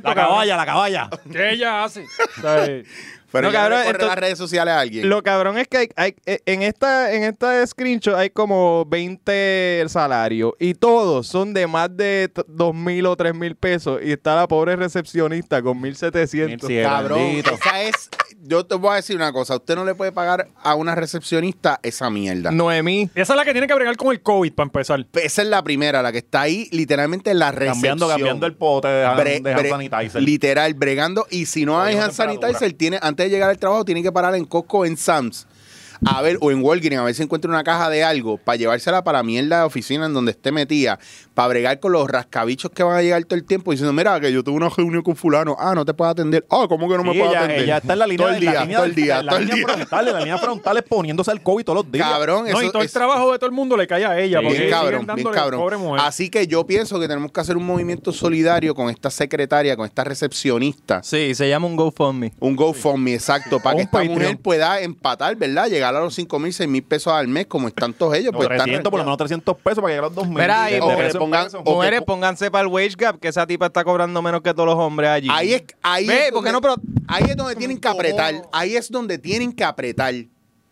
S1: cabrón.
S4: caballa, la caballa.
S1: ¿Qué ella hace? O sea, eh,
S2: Pero
S3: No,
S2: ya
S3: cabrón,
S2: le corre
S3: entonces-
S2: las redes sociales a alguien.
S3: Lo cabrón es que hay, hay- eh, en, esta, en esta screenshot hay como 20 salarios y todos son de más de t- 2.000 o 3.000 pesos y está la pobre recepcionista con 1.700.
S4: Qué
S2: Cabrón,
S4: bendito.
S2: esa es. Yo te voy a decir una cosa. Usted no le puede pagar a una recepcionista esa mierda.
S3: Noemí.
S1: esa es la que tiene que bregar con el COVID para empezar.
S2: Esa es la primera, la que está ahí literalmente en la recepción.
S4: Cambiando, cambiando el pote de hand,
S2: Bre-
S4: de hand
S2: bre-
S4: sanitizer.
S2: Literal, bregando. Y si no hay
S4: Oye,
S2: hand
S4: temperatura.
S2: sanitizer, tiene, antes de llegar al trabajo, tiene que parar en Costco o en Sam's. A ver, o en Walgreens, a ver si encuentra una caja de algo para llevársela para la mierda de oficina en donde esté metida, para bregar con los rascabichos que van a llegar todo el tiempo diciendo, mira, que yo tuve una reunión con fulano, ah, no te puedo atender, ah, ¿cómo que no me
S4: Sí,
S2: puedo
S4: ella,
S2: atender?
S4: ella está en la línea
S2: todo el
S4: de- la
S2: día,
S4: línea
S2: todo
S4: del-
S2: el
S4: [laughs]
S2: día,
S4: la- la
S2: todo el
S4: línea
S2: día.
S4: frontal, en la línea frontal exponiéndose al COVID todos los días.
S2: Cabrón,
S1: No, y
S2: eso
S1: todo el
S2: es-
S1: trabajo de todo el mundo le cae a ella.
S4: Sí.
S1: porque siguen
S2: Bien cabrón, bien
S1: dándole,
S2: cabrón.
S1: Pobre mujer.
S2: Así que yo pienso que tenemos que hacer un movimiento solidario con esta secretaria, con esta recepcionista.
S3: Sí, se llama un GoFundMe.
S2: Un GoFundMe, exacto,
S1: O
S2: para que
S1: un
S2: esta
S1: Patreon.
S2: mujer pueda empatar, ¿verdad? Llegar a los 5 mil, 6 mil pesos al mes, como están todos ellos.
S4: No,
S2: pues están
S4: 300, por lo menos 300 pesos para llegar a los 2.000.
S3: Mira, y-
S4: De- de
S3: o que le
S4: peso en
S2: pongan-
S4: peso.
S2: o-
S3: Mujeres,
S2: que-
S3: pónganse para el wage gap, que esa tipa está cobrando menos que todos los hombres allí.
S2: Ahí es, ahí,
S3: Ve,
S2: es
S3: ¿por qué
S2: donde,
S3: no, pero-
S2: ahí es donde tienen que apretar. Ahí es donde tienen que apretar.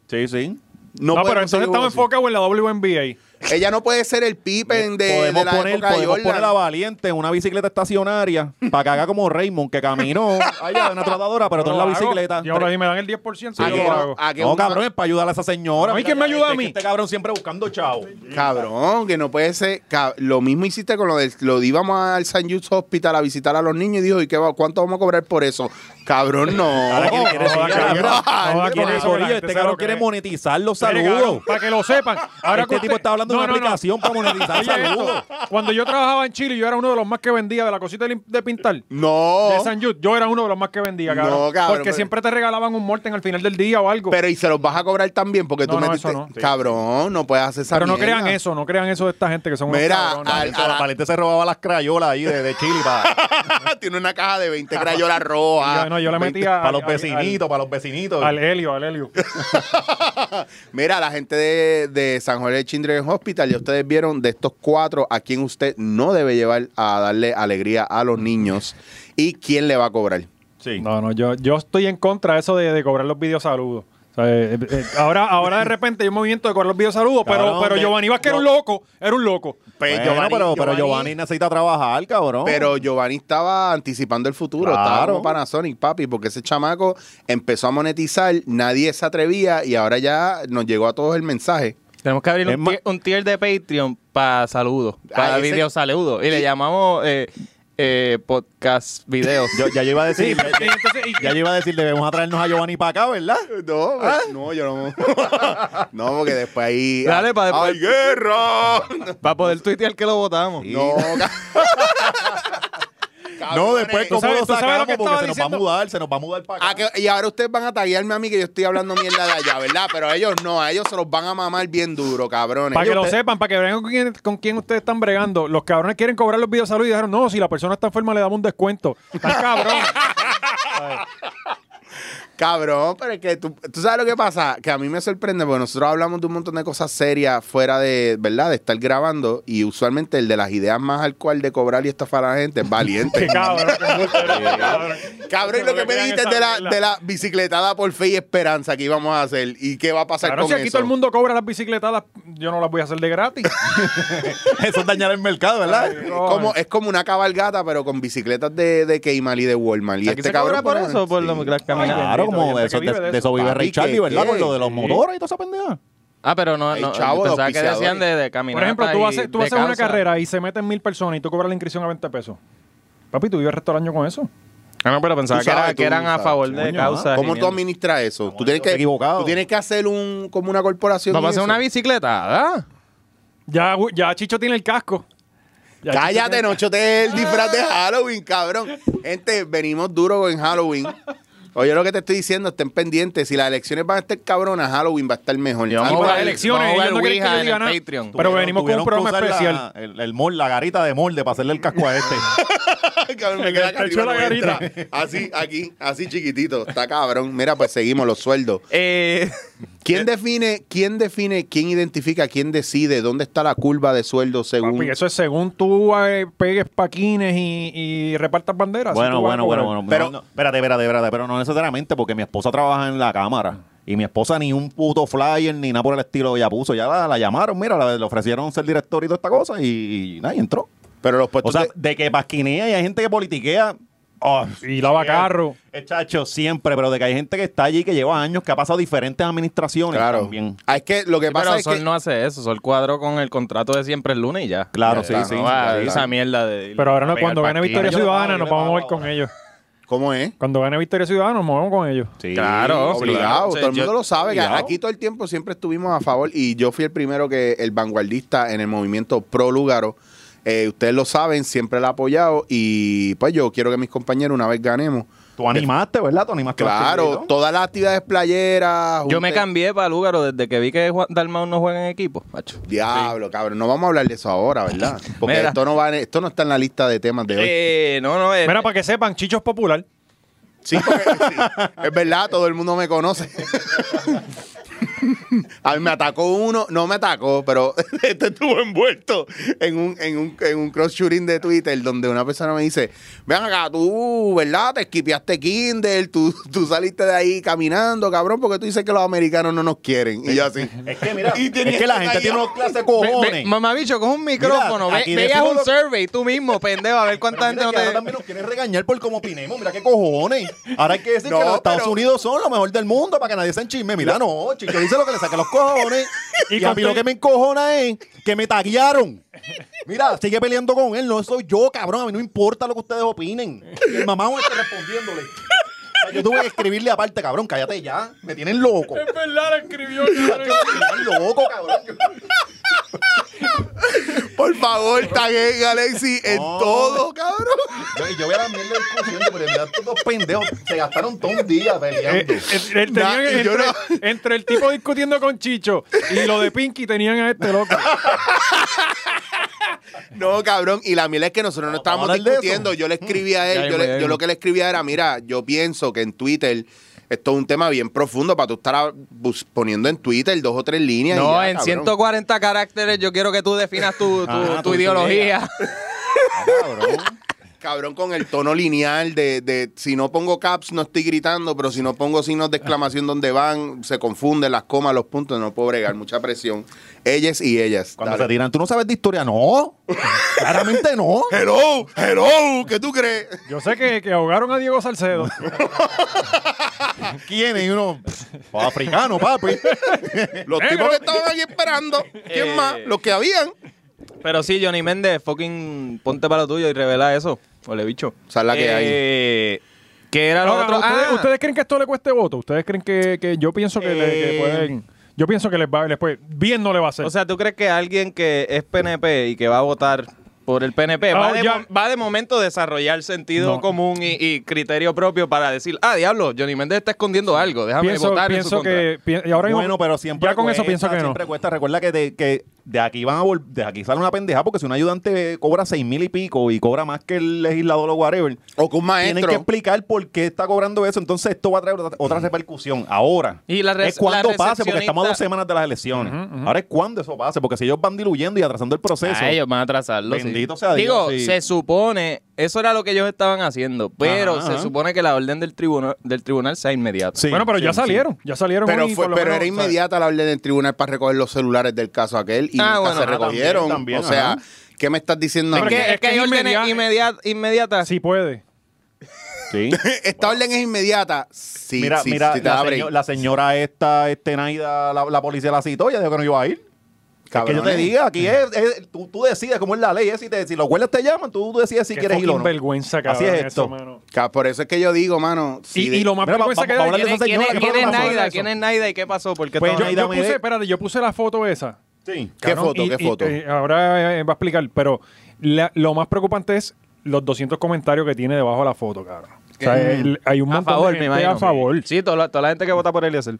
S4: Sí, sí.
S1: No, pero
S2: No, podemos
S1: entonces
S2: seguir
S1: estamos
S2: así.
S1: enfocados en la WNBA.
S2: Ella no puede ser el pipen de, de
S4: Eh, podemos
S2: la
S4: poner,
S2: época de
S4: podemos
S2: Jordan.
S4: poner a Valiente en una bicicleta estacionaria [laughs] para que haga como Raymond, que
S2: [laughs]
S4: caminó allá en una trotadora, pero
S1: Yo
S4: todo en la
S1: lo hago,
S4: bicicleta. Ah,
S1: Y ahora si me dan el 10%,
S2: ¿A
S1: yo
S2: que
S1: lo
S2: no?
S1: hago.
S2: ¿A que
S4: no,
S2: una-
S4: cabrón, es para ayudar a esa señora.
S1: No, ¿y quién me ayuda a
S4: Este-
S1: mí?
S4: Este cabrón siempre buscando chavo.
S2: Mm, Cabrón, que no puede ser. cab- Lo mismo hiciste con lo del. Lo de íbamos al St. Jude's Hospital a visitar a los niños y dijo, ¿y qué va, cuánto vamos a cobrar por eso? Cabrón, no.
S4: Ahora quiere- quiere-
S1: no,
S4: mira,
S1: no, no,
S4: mira, este
S1: quiere-
S4: cabrón,
S1: no,
S4: Este
S1: no,
S4: cabrón
S1: no,
S4: quiere
S1: no,
S4: monetizar los
S1: Mire,
S4: saludos.
S1: cabrón, para que lo sepan. Ahora que
S4: Este tipo
S1: usted-
S4: está hablando de
S1: No,
S4: una
S1: no, no. [laughs]
S4: aplicación para monetizar
S1: Oye,
S4: saludos.
S1: esto, cuando yo trabajaba en Chile, yo era uno de los más que vendía de la cosita de lim- de pintar.
S2: No.
S1: De San Jude, yo era uno de los más que vendía,
S2: No,
S1: cabrón.
S2: cabrón,
S1: porque
S2: pero-
S1: siempre te regalaban un Morten al final del día o algo. Pero,
S2: Pero y se los vas a cobrar también porque tú
S1: No, no,
S2: metiste.
S1: eso no.
S2: Cabrón, no puedes hacer esa
S1: no
S2: mierda.
S1: crean eso, no crean eso de esta gente que son unos
S2: ah. Mira,
S1: cabrones.
S2: al- a la-
S4: Valiente se robaba las crayolas ahí de, de Chile
S1: [laughs]
S2: [laughs]
S4: para,
S2: Tiene una caja de 20 crayolas rojas.
S1: Yo- no, yo le metí a-
S4: Ah, para los
S1: al- al-
S4: vecinitos, para los vecinitos.
S1: Al Helio, al Helio.
S2: Mira, la gente de, de San Jorge Children's Hospital, ya ustedes vieron de estos cuatro a quién usted no debe llevar a darle alegría a los niños y quién le va a cobrar. Pues,
S4: Sí.
S1: No, no, yo, yo estoy en contra de eso de, de cobrar los videos saludos. O sea, eh, eh, ahora, ahora de repente hay un movimiento de cobrar los videos saludos, pero,
S4: Cabrón,
S1: pero
S4: de-
S1: Giovanni Vázquez era un loco, era un loco.
S4: Bueno, pero, pero Giovanni necesita trabajar, cabrón.
S2: Pero Giovanni estaba anticipando el futuro, estaba
S4: Oh. Claro.
S2: como Panasonic, papi, porque ese chamaco empezó a monetizar, nadie se atrevía y ahora ya nos llegó a todos el mensaje.
S3: Tenemos que abrir
S4: Es
S3: un,
S4: más-
S3: tier, un tier de Patreon para saludos, para
S2: Ah, ese-
S3: video saludos. Y le llamamos eh, eh, podcast videos.
S4: Yo, ya yo iba a decir, ya-
S1: Y entonces, y-
S4: ya yo iba a decir, debemos atraernos a Giovanni para acá, ¿verdad?
S2: No, no, yo no. ¿Ah? [laughs] no, porque después ahí.
S3: Dale, pa' después-
S2: ¡Ay, guerra!
S3: [laughs] para poder tuitear que lo votamos.
S2: No, ca-
S4: No,
S1: Ah, ¿Tú
S2: Cabrones.
S4: después cómo
S1: sabes- tú
S4: lo
S1: sabes
S4: sacamos
S1: lo que
S4: porque
S1: estaba
S4: se nos va a
S1: diciendo?
S4: mudar, se nos va a mudar para
S2: Ah,
S4: acá.
S2: que- y ahora ustedes van a taguearme a mí que yo estoy hablando mierda de allá, ¿verdad? Pero a ellos no, a ellos se los van a mamar bien duro, cabrones.
S1: para que lo
S2: Ellos-
S1: sepan, para que vean con quién, con quién ustedes están bregando. Los cabrones quieren cobrar los videos saludos y dijeron,
S2: [laughs]
S1: no, si la persona está enferma le damos un descuento. Están cabrón.
S2: Cabrón, pero es que tú, tú sabes lo que pasa, que a mí me sorprende, porque nosotros hablamos de un montón de cosas serias fuera de, ¿verdad? De estar grabando y usualmente el de las ideas más al cual de cobrar y estafar a la gente es valiente.
S1: Qué
S3: [laughs]
S1: cabrón, qué embustero, cabrón.
S2: Cabrón, y lo que me
S1: crean
S2: dijiste
S1: esa
S2: de la,
S1: mierda.
S2: de la bicicletada por fe y esperanza que íbamos a hacer y qué va a pasar
S1: Claro,
S2: con
S1: si aquí
S2: eso.
S1: todo el mundo cobra las bicicletadas, yo no las voy a hacer de gratis.
S4: [laughs] Eso es dañar el mercado, ¿verdad?
S1: Ay,
S2: Es como, es como una cabalgata, pero con bicicletas de, de Kmart y de Walmart. Y
S3: Aquí
S2: este
S3: se cobra
S2: cabrón
S3: por
S2: pone-
S3: eso, por lo-
S2: Sí.
S3: las caminadas.
S1: Bendito,
S4: Claro, como
S1: gente que
S4: de eso,
S1: vive
S4: de,
S1: de
S4: de eso vive
S2: Papi,
S4: Ray Charlie,
S2: ¿qué,
S4: ¿verdad? Por
S2: qué?
S4: lo de los
S2: Sí.
S4: motores y toda esa pendeja.
S3: Ah, pero no,
S2: Hay
S3: no
S2: chavos de
S3: pensaba que decían
S2: auspiciadores.
S3: de, de
S1: Por ejemplo,
S3: caminata
S1: tú
S3: y
S1: haces, tú
S3: de
S1: haces una
S3: causa.
S1: carrera y se meten mil personas y tú cobras la inscripción a 20 pesos. Papi, tú vives el resto del año con eso.
S3: Ah, no, pero pensaba
S2: Tú
S3: que, era-
S2: sabes, tú
S3: que eran a
S2: sabes,
S3: favor de
S4: coño,
S2: ¿ah?
S3: causa.
S2: ¿Cómo tú
S3: genial.
S2: administras eso? Tú tienes, que,
S4: equivocado.
S2: tú tienes que hacer un como una corporación.
S3: Vamos a
S2: y
S3: hacer
S2: eso.
S3: una bicicleta.
S1: Ya, ya Chicho tiene el casco. Ya Chicho
S2: Cállate,
S1: tiene-
S2: no chotees el disfraz de Halloween, cabrón. Gente, venimos duro en Halloween. Oye, lo que te estoy diciendo, estén pendientes. Si las elecciones van a estar cabronas, Halloween va a estar mejor.
S3: Yo
S1: Y
S2: Ah,
S1: para
S3: vamos a
S1: las
S3: jugar-
S1: elecciones,
S3: vamos a
S1: ellos
S3: jugar
S1: no quieren que
S3: Ouija
S1: yo
S3: en
S1: diga
S3: el
S1: nada.
S3: Patreon.
S1: Pero venimos con un
S4: Tuvieron que
S1: programa
S4: usar la-
S1: especial.
S4: el, el mol, la garita de molde para hacerle el casco
S1: [laughs]
S4: a este.
S2: Cabrón, me queda acá
S1: Te echó
S2: arriba,
S1: la
S2: no entra.
S1: garita.
S2: Así, aquí, así chiquitito. Está cabrón. Mira, pues seguimos los sueldos.
S3: Eh,
S2: ¿Quién define, quién define, quién identifica, quién decide dónde está la curva de sueldo según?
S1: Papi, eso es según tú eh, pegues paquines y, y repartas banderas. así
S4: bueno,
S1: tú vas a
S4: bueno,
S1: cobrar.
S4: bueno, bueno.
S2: Pero-
S4: Pero, espérate, espérate, espérate. Pero no necesariamente porque mi esposa trabaja en la cámara. Y mi esposa ni un puto flyer ni nada por el estilo ya puso. Ya la, la llamaron, mira, la- le ofrecieron ser director y toda esta cosa y, y nada, y entró.
S2: Pero los
S4: O
S2: puestos
S4: sea,
S2: de-
S4: de que pasquinea y hay gente que politiquea. oh,
S1: Y lava carro.
S3: eh,
S4: El chacho, siempre, pero de que hay gente que está allí que lleva años, que ha pasado diferentes administraciones
S2: Claro.
S4: también.
S2: Ah, es que lo que pasa
S3: pero
S2: es
S3: Sol
S2: que
S3: no hace eso. Sol cuadro con el contrato de siempre el lunes y ya.
S4: Claro,
S3: Ya
S4: sí,
S3: está,
S4: sí,
S3: no
S4: sí,
S3: va a
S2: sí,
S3: esa
S2: sí.
S3: mierda de.
S1: Pero ahora no,
S3: pegar
S1: cuando gane
S3: paquines.
S1: Victoria
S4: Yo le pago,
S1: Ciudadana
S4: yo
S1: nos
S4: le
S1: vamos a
S4: pago
S1: ver con
S4: ahora.
S1: ellos.
S2: ¿Cómo es?
S1: Cuando gane Victoria Ciudadana nos movemos con ellos.
S4: Sí,
S3: Claro,
S2: Obligado,
S3: claro.
S2: todo el
S3: Yo-
S2: mundo lo sabe. Que
S4: obligado.
S2: aquí todo el tiempo siempre estuvimos a favor y yo fui el primero que el vanguardista en el movimiento pro Lugaro. Eh, ustedes lo saben, siempre la he apoyado y pues yo quiero que mis compañeros una vez ganemos.
S4: Tú animaste, ¿verdad? Tú animaste.
S2: Claro,
S4: bastante, ¿no?
S2: todas las actividades playeras.
S3: Yo me
S2: juntas-
S3: cambié para Lúgaro desde que vi que Juan Dalmau no juega en equipo, macho.
S2: Diablo, cabrón, no vamos a hablar de eso ahora,
S3: [laughs]
S2: ¿verdad? Porque
S3: Mira.
S2: esto no va, en- esto no está en la lista de temas de hoy.
S3: Eh, no, no, es.
S1: Mira, para que sepan, Chicho es
S3: [laughs]
S1: popular.
S2: Sí, porque- sí, es verdad, todo el mundo me conoce. [laughs] A mí me atacó uno, no me atacó, pero [laughs] este estuvo envuelto en un, en un, en un cross-shooting de Twitter donde una persona me dice, vean acá, tú, ¿verdad? Te esquipeaste Kindle, tú, tú saliste de ahí caminando, cabrón, porque tú dices que los americanos no nos quieren. Y yo así.
S4: Es que mira,
S2: Y tenía
S4: es que la gente
S2: esa
S4: tiene
S2: guía.
S4: unos clases
S3: Ve- ve-
S4: cojones.
S3: mamabicho, coge un micrófono.
S4: Mira,
S3: ve,
S4: aquí
S3: ve y haz
S4: decimos
S3: un
S4: lo-
S3: survey tú mismo, pendejo, a ver
S4: Pero
S3: cuánta gente
S4: mira
S3: no
S4: que ahora
S3: te.
S4: también nos quieren regañar por cómo opinemos. Mira qué cojones. Ahora hay que decir
S2: No,
S4: que los Estados
S2: pero-
S4: Unidos son lo mejor del mundo para que nadie se enchisme. Mira, no, chico, dice lo que le saca los cojones.
S1: Y
S4: y a mí
S1: contigo-
S4: lo que me encojona es que me taguearon. Mira, sigue peleando con él. No soy yo, cabrón. A mí no importa lo que ustedes opinen. Y el mamá está respondiéndole. O sea, Yo tuve que escribirle aparte, cabrón, cállate ya. Me tienen loco. Me
S1: verdad, escribió.
S4: tienen loco, cabrón.
S2: Por favor, taguen Alexi en
S4: No.
S2: todo, cabrón.
S4: Yo, yo voy a la mierda discutiendo, pero mira, estos dos pendejos se gastaron todo un día peleando.
S1: eh,
S2: Nah, y
S1: entre,
S2: yo
S1: entre el tipo discutiendo con Chicho y lo de Pinky tenían a este loco.
S2: No, cabrón. Y la mierda es que nosotros no
S4: Vamos a
S2: estábamos
S4: hablar de eso.
S2: discutiendo. Yo le escribí a
S3: Mm. Ya
S2: él, yo,
S3: mismo,
S2: le-
S3: ya
S2: yo
S3: mismo.
S2: lo que le escribía era, mira, yo pienso que en Twitter esto es un tema bien profundo para tú estar a- bus- poniendo en Twitter dos o tres líneas. y
S3: No,
S2: ya,
S3: en
S2: cabrón.
S3: 140 caracteres yo quiero que tú definas tu, tu-
S4: Ah,
S3: tu
S4: tu
S3: ideología.
S4: cabrón.
S2: [laughs] Cabrón, con el tono lineal de, de si no pongo caps no estoy gritando, pero si no pongo signos de exclamación donde van, se confunden las comas, los puntos, no puedo bregar, mucha presión. Ellas y ellas.
S4: Cuando
S2: Dale.
S4: se tiran, tú no sabes de
S2: [laughs]
S4: historia, no. Claramente no.
S2: Hello, hello, ¿qué tú crees?
S1: Yo sé que, que ahogaron a Diego Salcedo.
S4: ¿Quién es uno? [laughs] Africano, papi.
S2: [laughs] Los tipos que estaban aquí esperando, ¿quién
S3: Eh.
S2: más? Los que habían.
S3: [laughs] Pero sí, Johnny Méndez, fucking ponte para lo tuyo y revela eso. Ole, bicho.
S2: Esa es la que hay.
S3: Eh, ¿Qué era lo
S1: Ahora,
S3: otro?
S1: ¿ustedes,
S3: Ah,
S1: ustedes creen que esto le cueste voto? ¿Ustedes creen que, que yo pienso que, le- que
S3: Eh.
S1: pueden... Yo pienso que les va, les puede- bien no le va a hacer.
S3: O sea, ¿tú crees que alguien que es PNP y que va a votar por el PNP
S1: Oh,
S3: va, de,
S1: ya.
S3: mo- va de momento a desarrollar sentido
S1: No.
S3: común y, y criterio propio para decir, ah, diablo, Johnny Méndez está escondiendo algo, déjame
S1: pienso,
S3: votar en su
S1: pienso
S3: contra"?
S1: que pi- y ahora mismo-
S4: Bueno, pero siempre
S1: ya con eso
S4: cuesta,
S1: pienso que no.
S4: Siempre cuesta. Recuerda que, te- que de aquí van a vol- de aquí sale una pendeja porque si un ayudante cobra seis mil y pico y cobra más que el legislador o whatever,
S2: O que un Ah,
S4: tienen que
S2: maestro.
S4: explicar por qué está cobrando eso. Entonces esto va a traer otra- otra repercusión. Ahora
S3: Y la re-
S4: es cuando
S3: la
S4: pase, porque estamos a dos
S3: recepcionista-
S4: semanas de las elecciones. Ahora es cuando eso pase, porque si ellos van diluyendo y atrasando el proceso.
S3: Ah, ellos van a atrasarlo. sí.
S4: Bendito sea
S3: Digo,
S4: Dios, sí.
S3: se supone, eso era lo que ellos estaban haciendo, pero
S4: Ajá,
S3: se
S4: ajá.
S3: supone que la orden del tribunal, del tribunal sea inmediata.
S4: Sí,
S1: bueno, pero
S4: sí,
S1: ya
S4: sí.
S1: salieron, ya salieron.
S2: Pero,
S1: hoy,
S2: fue,
S1: por lo
S2: pero
S1: menos,
S2: era inmediata la orden del tribunal para recoger los celulares del caso aquel y
S3: Ah,
S2: nunca
S3: bueno,
S2: se
S3: ah, también,
S2: recogieron.
S4: también,
S2: o sea,
S4: ajá.
S2: ¿qué me estás diciendo?
S3: Es
S2: a mí?
S3: que, es que hay órdenes inmedia-
S1: o sea,
S3: inmediatas.
S1: Sí puede.
S4: Sí.
S2: [laughs] [laughs] Esta orden es inmediata. Sí,
S4: mira,
S2: sí,
S4: mira
S2: sí te
S4: la,
S2: da break.
S4: seño- la señora esta, este Naida, la, la policía la citó, ella dijo que no iba a ir. Que yo te
S2: Cabrones.
S4: diga, aquí es, es- tú, tú decides cómo es la ley, es si, te, si los guardias te llaman, tú, tú decides si
S1: Qué
S4: quieres ir o
S1: fucking
S4: no.
S1: vergüenza, cabrón.
S4: Así es
S1: eso,
S4: esto.
S1: mano.
S2: Ca- Por eso es que yo digo, mano.
S1: Y,
S2: si de-
S1: y lo más
S4: Mira,
S1: vergüenza
S4: va-
S1: que
S4: va-
S1: da
S4: va a hablar de
S1: es-
S4: esa
S3: ¿Quién es,
S4: señora,
S3: quién es
S4: ¿qué pasó con
S3: Naida?
S1: eso?
S3: ¿Quién es Naida y qué pasó? Porque
S1: Pues yo,
S4: Naida
S1: yo
S4: me
S1: puse,
S4: de-
S1: espérate, yo puse la foto esa.
S4: Sí.
S2: ¿Qué
S1: Cabrón,
S2: foto?
S1: y-
S2: ¿Qué
S1: y-
S2: foto?
S1: eh, ahora eh, va a explicar, pero la- lo más preocupante es los 200 comentarios que tiene debajo de la foto, cabrón. O sea, el- hay un
S3: a
S1: montón
S3: favor,
S1: de
S3: me
S1: gente
S3: imagino.
S1: a favor.
S3: Sí, toda la, toda la gente que vota por él y hacer.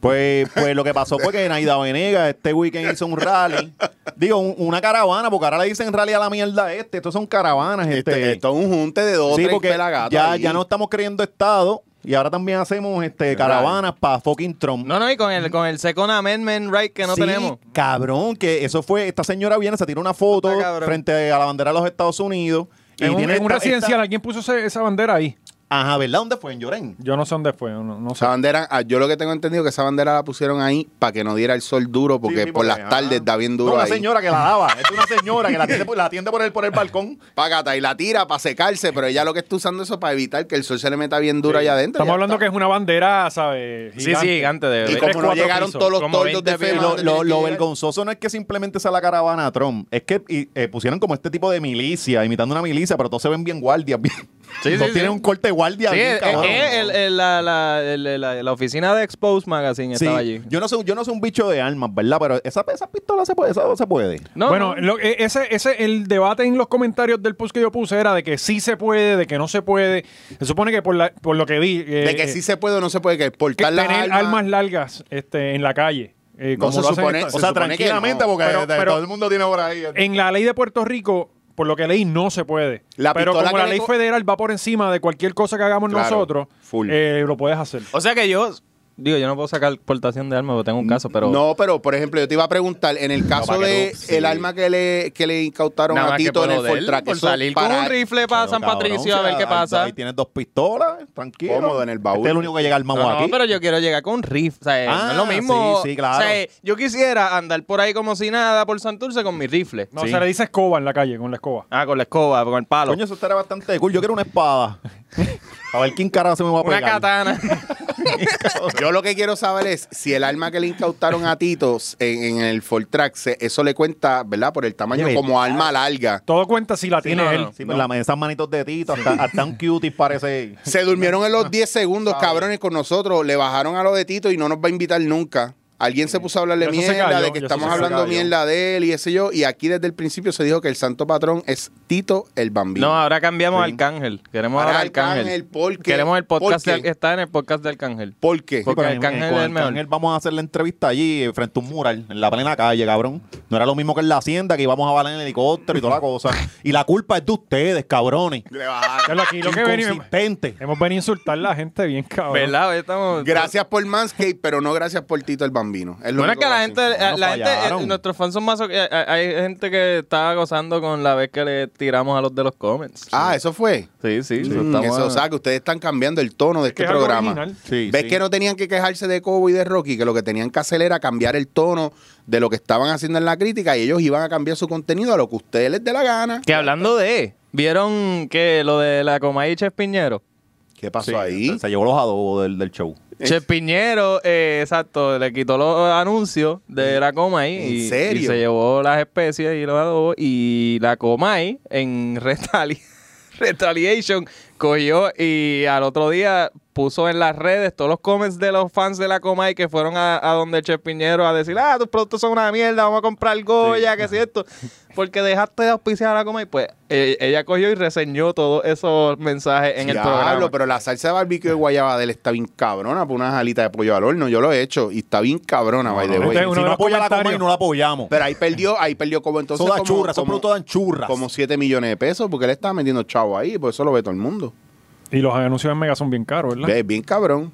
S4: Pues, pues lo que pasó fue que Naida Venegas este weekend hizo un rally. Digo, un- una caravana, porque ahora le dicen rally a la mierda este. Estos son caravanas. Este,
S2: este- esto es un junte de dos,
S4: sí,
S2: tres
S4: porque
S2: pelagatos
S4: ya,
S2: ahí.
S4: ya no estamos creyendo Estado. Y ahora también hacemos este caravanas para fucking Trump.
S3: No, no, y con el, con el Second Amendment Right que no
S4: Sí,
S3: tenemos.
S4: Cabrón, que eso fue. Esta señora viene, se tira una foto
S3: Está cabrón.
S4: frente a la bandera de los Estados Unidos. Y
S1: En un,
S4: tiene
S1: en un
S4: esta-
S1: residencial,
S4: esta-
S1: alguien puso ese- esa bandera ahí.
S4: ajá, ¿verdad? ¿Dónde fue? En Llorén.
S1: Yo no sé dónde fue, no, no sé.
S2: Esa bandera, ah, yo lo que tengo entendido es que esa bandera la pusieron ahí para que no diera el sol duro, porque
S4: Sí, sí,
S2: por las
S4: ajá.
S2: tardes da bien duro
S4: No, una
S2: ahí.
S4: señora que la daba. Es
S2: [laughs]
S4: una señora que la atiende, por- la atiende por, el, por el balcón.
S2: Págata y la tira para secarse, pero ella lo que está usando eso para evitar que el sol se le meta bien duro allá adentro.
S1: Estamos
S2: ya
S1: hablando
S2: está.
S1: que es una bandera, ¿sabes?
S3: Sí, sí, gigante de
S2: Y
S1: tres,
S3: verdad.
S2: como no
S1: cuatro
S2: llegaron
S1: pisos,
S2: todos los
S3: como
S2: tordos de
S3: 20
S2: FEMA,
S3: pisos.
S2: donde
S4: lo, lo-
S2: tienen que
S4: lo
S2: llegar.
S4: vergonzoso no es que simplemente sea la caravana a Trump, es que y, eh, pusieron como este tipo de milicia, imitando una milicia, pero todos se ven bien guardias. Bien.
S3: Sí,
S4: Todos
S3: sí,
S4: tienen
S3: sí.
S4: un corte de guardia.
S3: Sí, eh,
S4: bien
S3: es-
S4: cabrón.
S3: es el- el- la, la- el- la- la oficina de Expose Magazine
S4: Sí,
S3: estaba allí.
S4: Yo no soy, yo no soy un bicho de armas, ¿verdad? Pero esa, esa pistola se puede, esa se puede.
S3: No,
S1: bueno,
S3: no.
S1: lo- eh, ese, ese, el debate en los comentarios del post que yo puse era de que sí se puede, de que no se puede. Se supone que por, la- por lo que vi... eh,
S2: De que
S1: eh,
S2: sí se puede o no se puede, que
S1: que
S2: portar las
S1: tener
S2: armas,
S1: armas largas este, en la calle. eh,
S2: No
S1: como
S2: se
S1: lo hacen
S2: supone-
S1: estas-
S2: O sea, supone que no.
S4: porque
S1: Pero-
S4: de- de-
S1: pero-
S4: mundo tiene por ahí.
S1: En la ley de Puerto Rico, por lo que leí, no se puede.
S2: La
S1: pero
S2: pistola
S1: como
S2: que
S1: la ley
S2: le co-
S1: federal va por encima de cualquier cosa que hagamos
S2: Claro,
S1: nosotros,
S2: full.
S1: eh, lo puedes hacer.
S3: O sea que yo, digo, yo no puedo sacar portación de armas porque tengo un caso, pero...
S2: No, pero por ejemplo, yo te iba a preguntar, en el caso
S4: para que
S2: de
S4: tú- sí.
S2: el arma que le, que le incautaron
S3: Nada
S2: a
S3: más que
S2: Tito en el
S3: por lo de él,
S2: Fortrack,
S3: por
S2: eso
S3: salir con
S2: para-
S3: un rifle para
S4: Pero,
S3: San
S4: cabrón,
S3: Patricio a
S4: o sea,
S3: ver qué
S4: ahí-
S3: pasa.
S4: Ahí tienes dos pistolas, tranquilo.
S2: Cómodo en el baúl.
S4: Este es el único que llega armado
S3: No, no,
S4: aquí.
S3: pero yo quiero llegar con rifle. O sea, eh, no
S4: Ah,
S3: es lo mismo.
S4: sí, sí, claro.
S3: O sea, eh, yo quisiera andar por ahí como si nada por Santurce con mi rifle.
S1: No,
S3: Sí.
S1: se le dice escoba en la calle, con la escoba.
S3: Ah, con la escoba, con el palo.
S4: Coño, eso estaría bastante cool. Yo quiero
S3: [laughs]
S4: una espada. A ver quién cara se me va a
S3: una
S4: pegar.
S3: katana.
S2: [laughs] Yo lo que quiero saber es si el arma que le incautaron a Tito en, en el Fortrack, se- eso le cuenta, ¿verdad? Por el tamaño
S4: Oye,
S2: como
S3: ah,
S2: arma larga.
S1: Todo cuenta si la tiene
S3: no,
S1: él.
S3: no.
S4: Sí, pues la- esas manitos de Tito, hasta, hasta un cutie parece.
S2: Se durmieron
S1: [laughs]
S2: en los 10 segundos, cabrones, con nosotros. Le bajaron a lo de Tito y no nos va a invitar nunca. Alguien se puso a hablarle
S1: Eso se
S2: mierda
S1: cayó,
S2: de que
S1: eso
S2: estamos
S1: se
S2: hablando
S1: cayó.
S2: mierda de él y ese yo. Y aquí desde el principio se dijo que el santo patrón es Tito el Bambino.
S3: No, ahora cambiamos al Arcángel. Queremos
S2: Ahora
S3: ahora Arcángel.
S2: Arcángel, ¿por qué?
S3: Queremos el
S2: ¿Por
S3: podcast
S2: qué?
S3: de Ar- está en el podcast de Arcángel.
S2: ¿Por qué?
S3: Porque
S4: pero
S3: Arcángel
S4: en-
S3: es el
S4: con
S3: mejor.
S4: Arcángel vamos a hacer la entrevista allí eh, frente a un mural, en la plena calle, cabrón. No era lo mismo que en la hacienda, que íbamos a bailar en el helicóptero
S3: [laughs]
S4: y toda la cosa. Y la culpa es de ustedes, cabrones.
S2: Le bajaron.
S1: Pero aquí lo que venimos,
S4: Inconsistente.
S1: hemos venido a insultar a la gente bien cabrón.
S3: ¿Verdad? Hoy estamos.
S2: Gracias por Manscape, pero no gracias por Tito el Bambino. Es lo
S3: Bueno, es
S2: único
S3: que la
S2: voy a
S3: gente,
S2: decir.
S3: la,
S4: Nos
S3: la gente,
S4: fallaron.
S3: eh, nuestros fans son más. eh, Hay, hay gente que estaba gozando con la vez que le tiramos a los de los comments.
S2: Ah, eso fue.
S3: sí, sí.
S2: Mm,
S3: estamos-
S2: eso, o sea, que ustedes están cambiando el tono de
S1: que
S2: este
S1: es algo
S2: programa.
S1: original.
S4: Sí,
S2: ¿Ves
S4: sí.
S2: que no tenían que quejarse de Cobo y de Rocky? Que lo que tenían que hacer era cambiar el tono de lo que estaban haciendo en la crítica y ellos iban a cambiar su contenido a lo que a ustedes les dé la gana.
S3: Que hablando de, ¿vieron que lo de la Comay y Chef Piñero?
S2: ¿Qué pasó
S4: Sí,
S2: ahí?
S4: Se, se llevó los adobos del, del show.
S3: Chef Piñero, eh, exacto, le quitó los anuncios de la Comay
S2: ¿En
S3: y,
S2: serio?
S3: y se llevó las especies y los adobos y la Comay [laughs] en retali- retaliation cogió y al otro día puso en las redes todos los comments de los fans de la Comay que fueron a, a donde el Chef Piñero a decir, ah, tus productos son una mierda, vamos a comprar Goya, que si esto. [laughs] Porque dejaste de auspiciar a la Comay. Pues eh, ella cogió y reseñó todos esos mensajes en el
S2: Diablo,
S3: programa.
S2: pero la salsa de barbecue de guayaba de él está bien cabrona por unas alitas de pollo al horno. Yo lo he hecho y está bien cabrona, by the
S1: no,
S2: way.
S1: este es uno
S4: si
S1: de
S4: no
S1: los
S4: apoya la coma y
S1: comentarios.
S4: no la apoyamos.
S2: Pero ahí perdió, ahí perdió como entonces.
S4: Son las
S2: como,
S4: churras, son
S2: como-
S4: productos de anchurras.
S2: Como 7 millones de pesos porque él estaba metiendo chavo ahí, por eso lo ve todo el mundo.
S1: Y los anuncios en Mega son bien caros, ¿verdad?
S2: Es bien cabrón.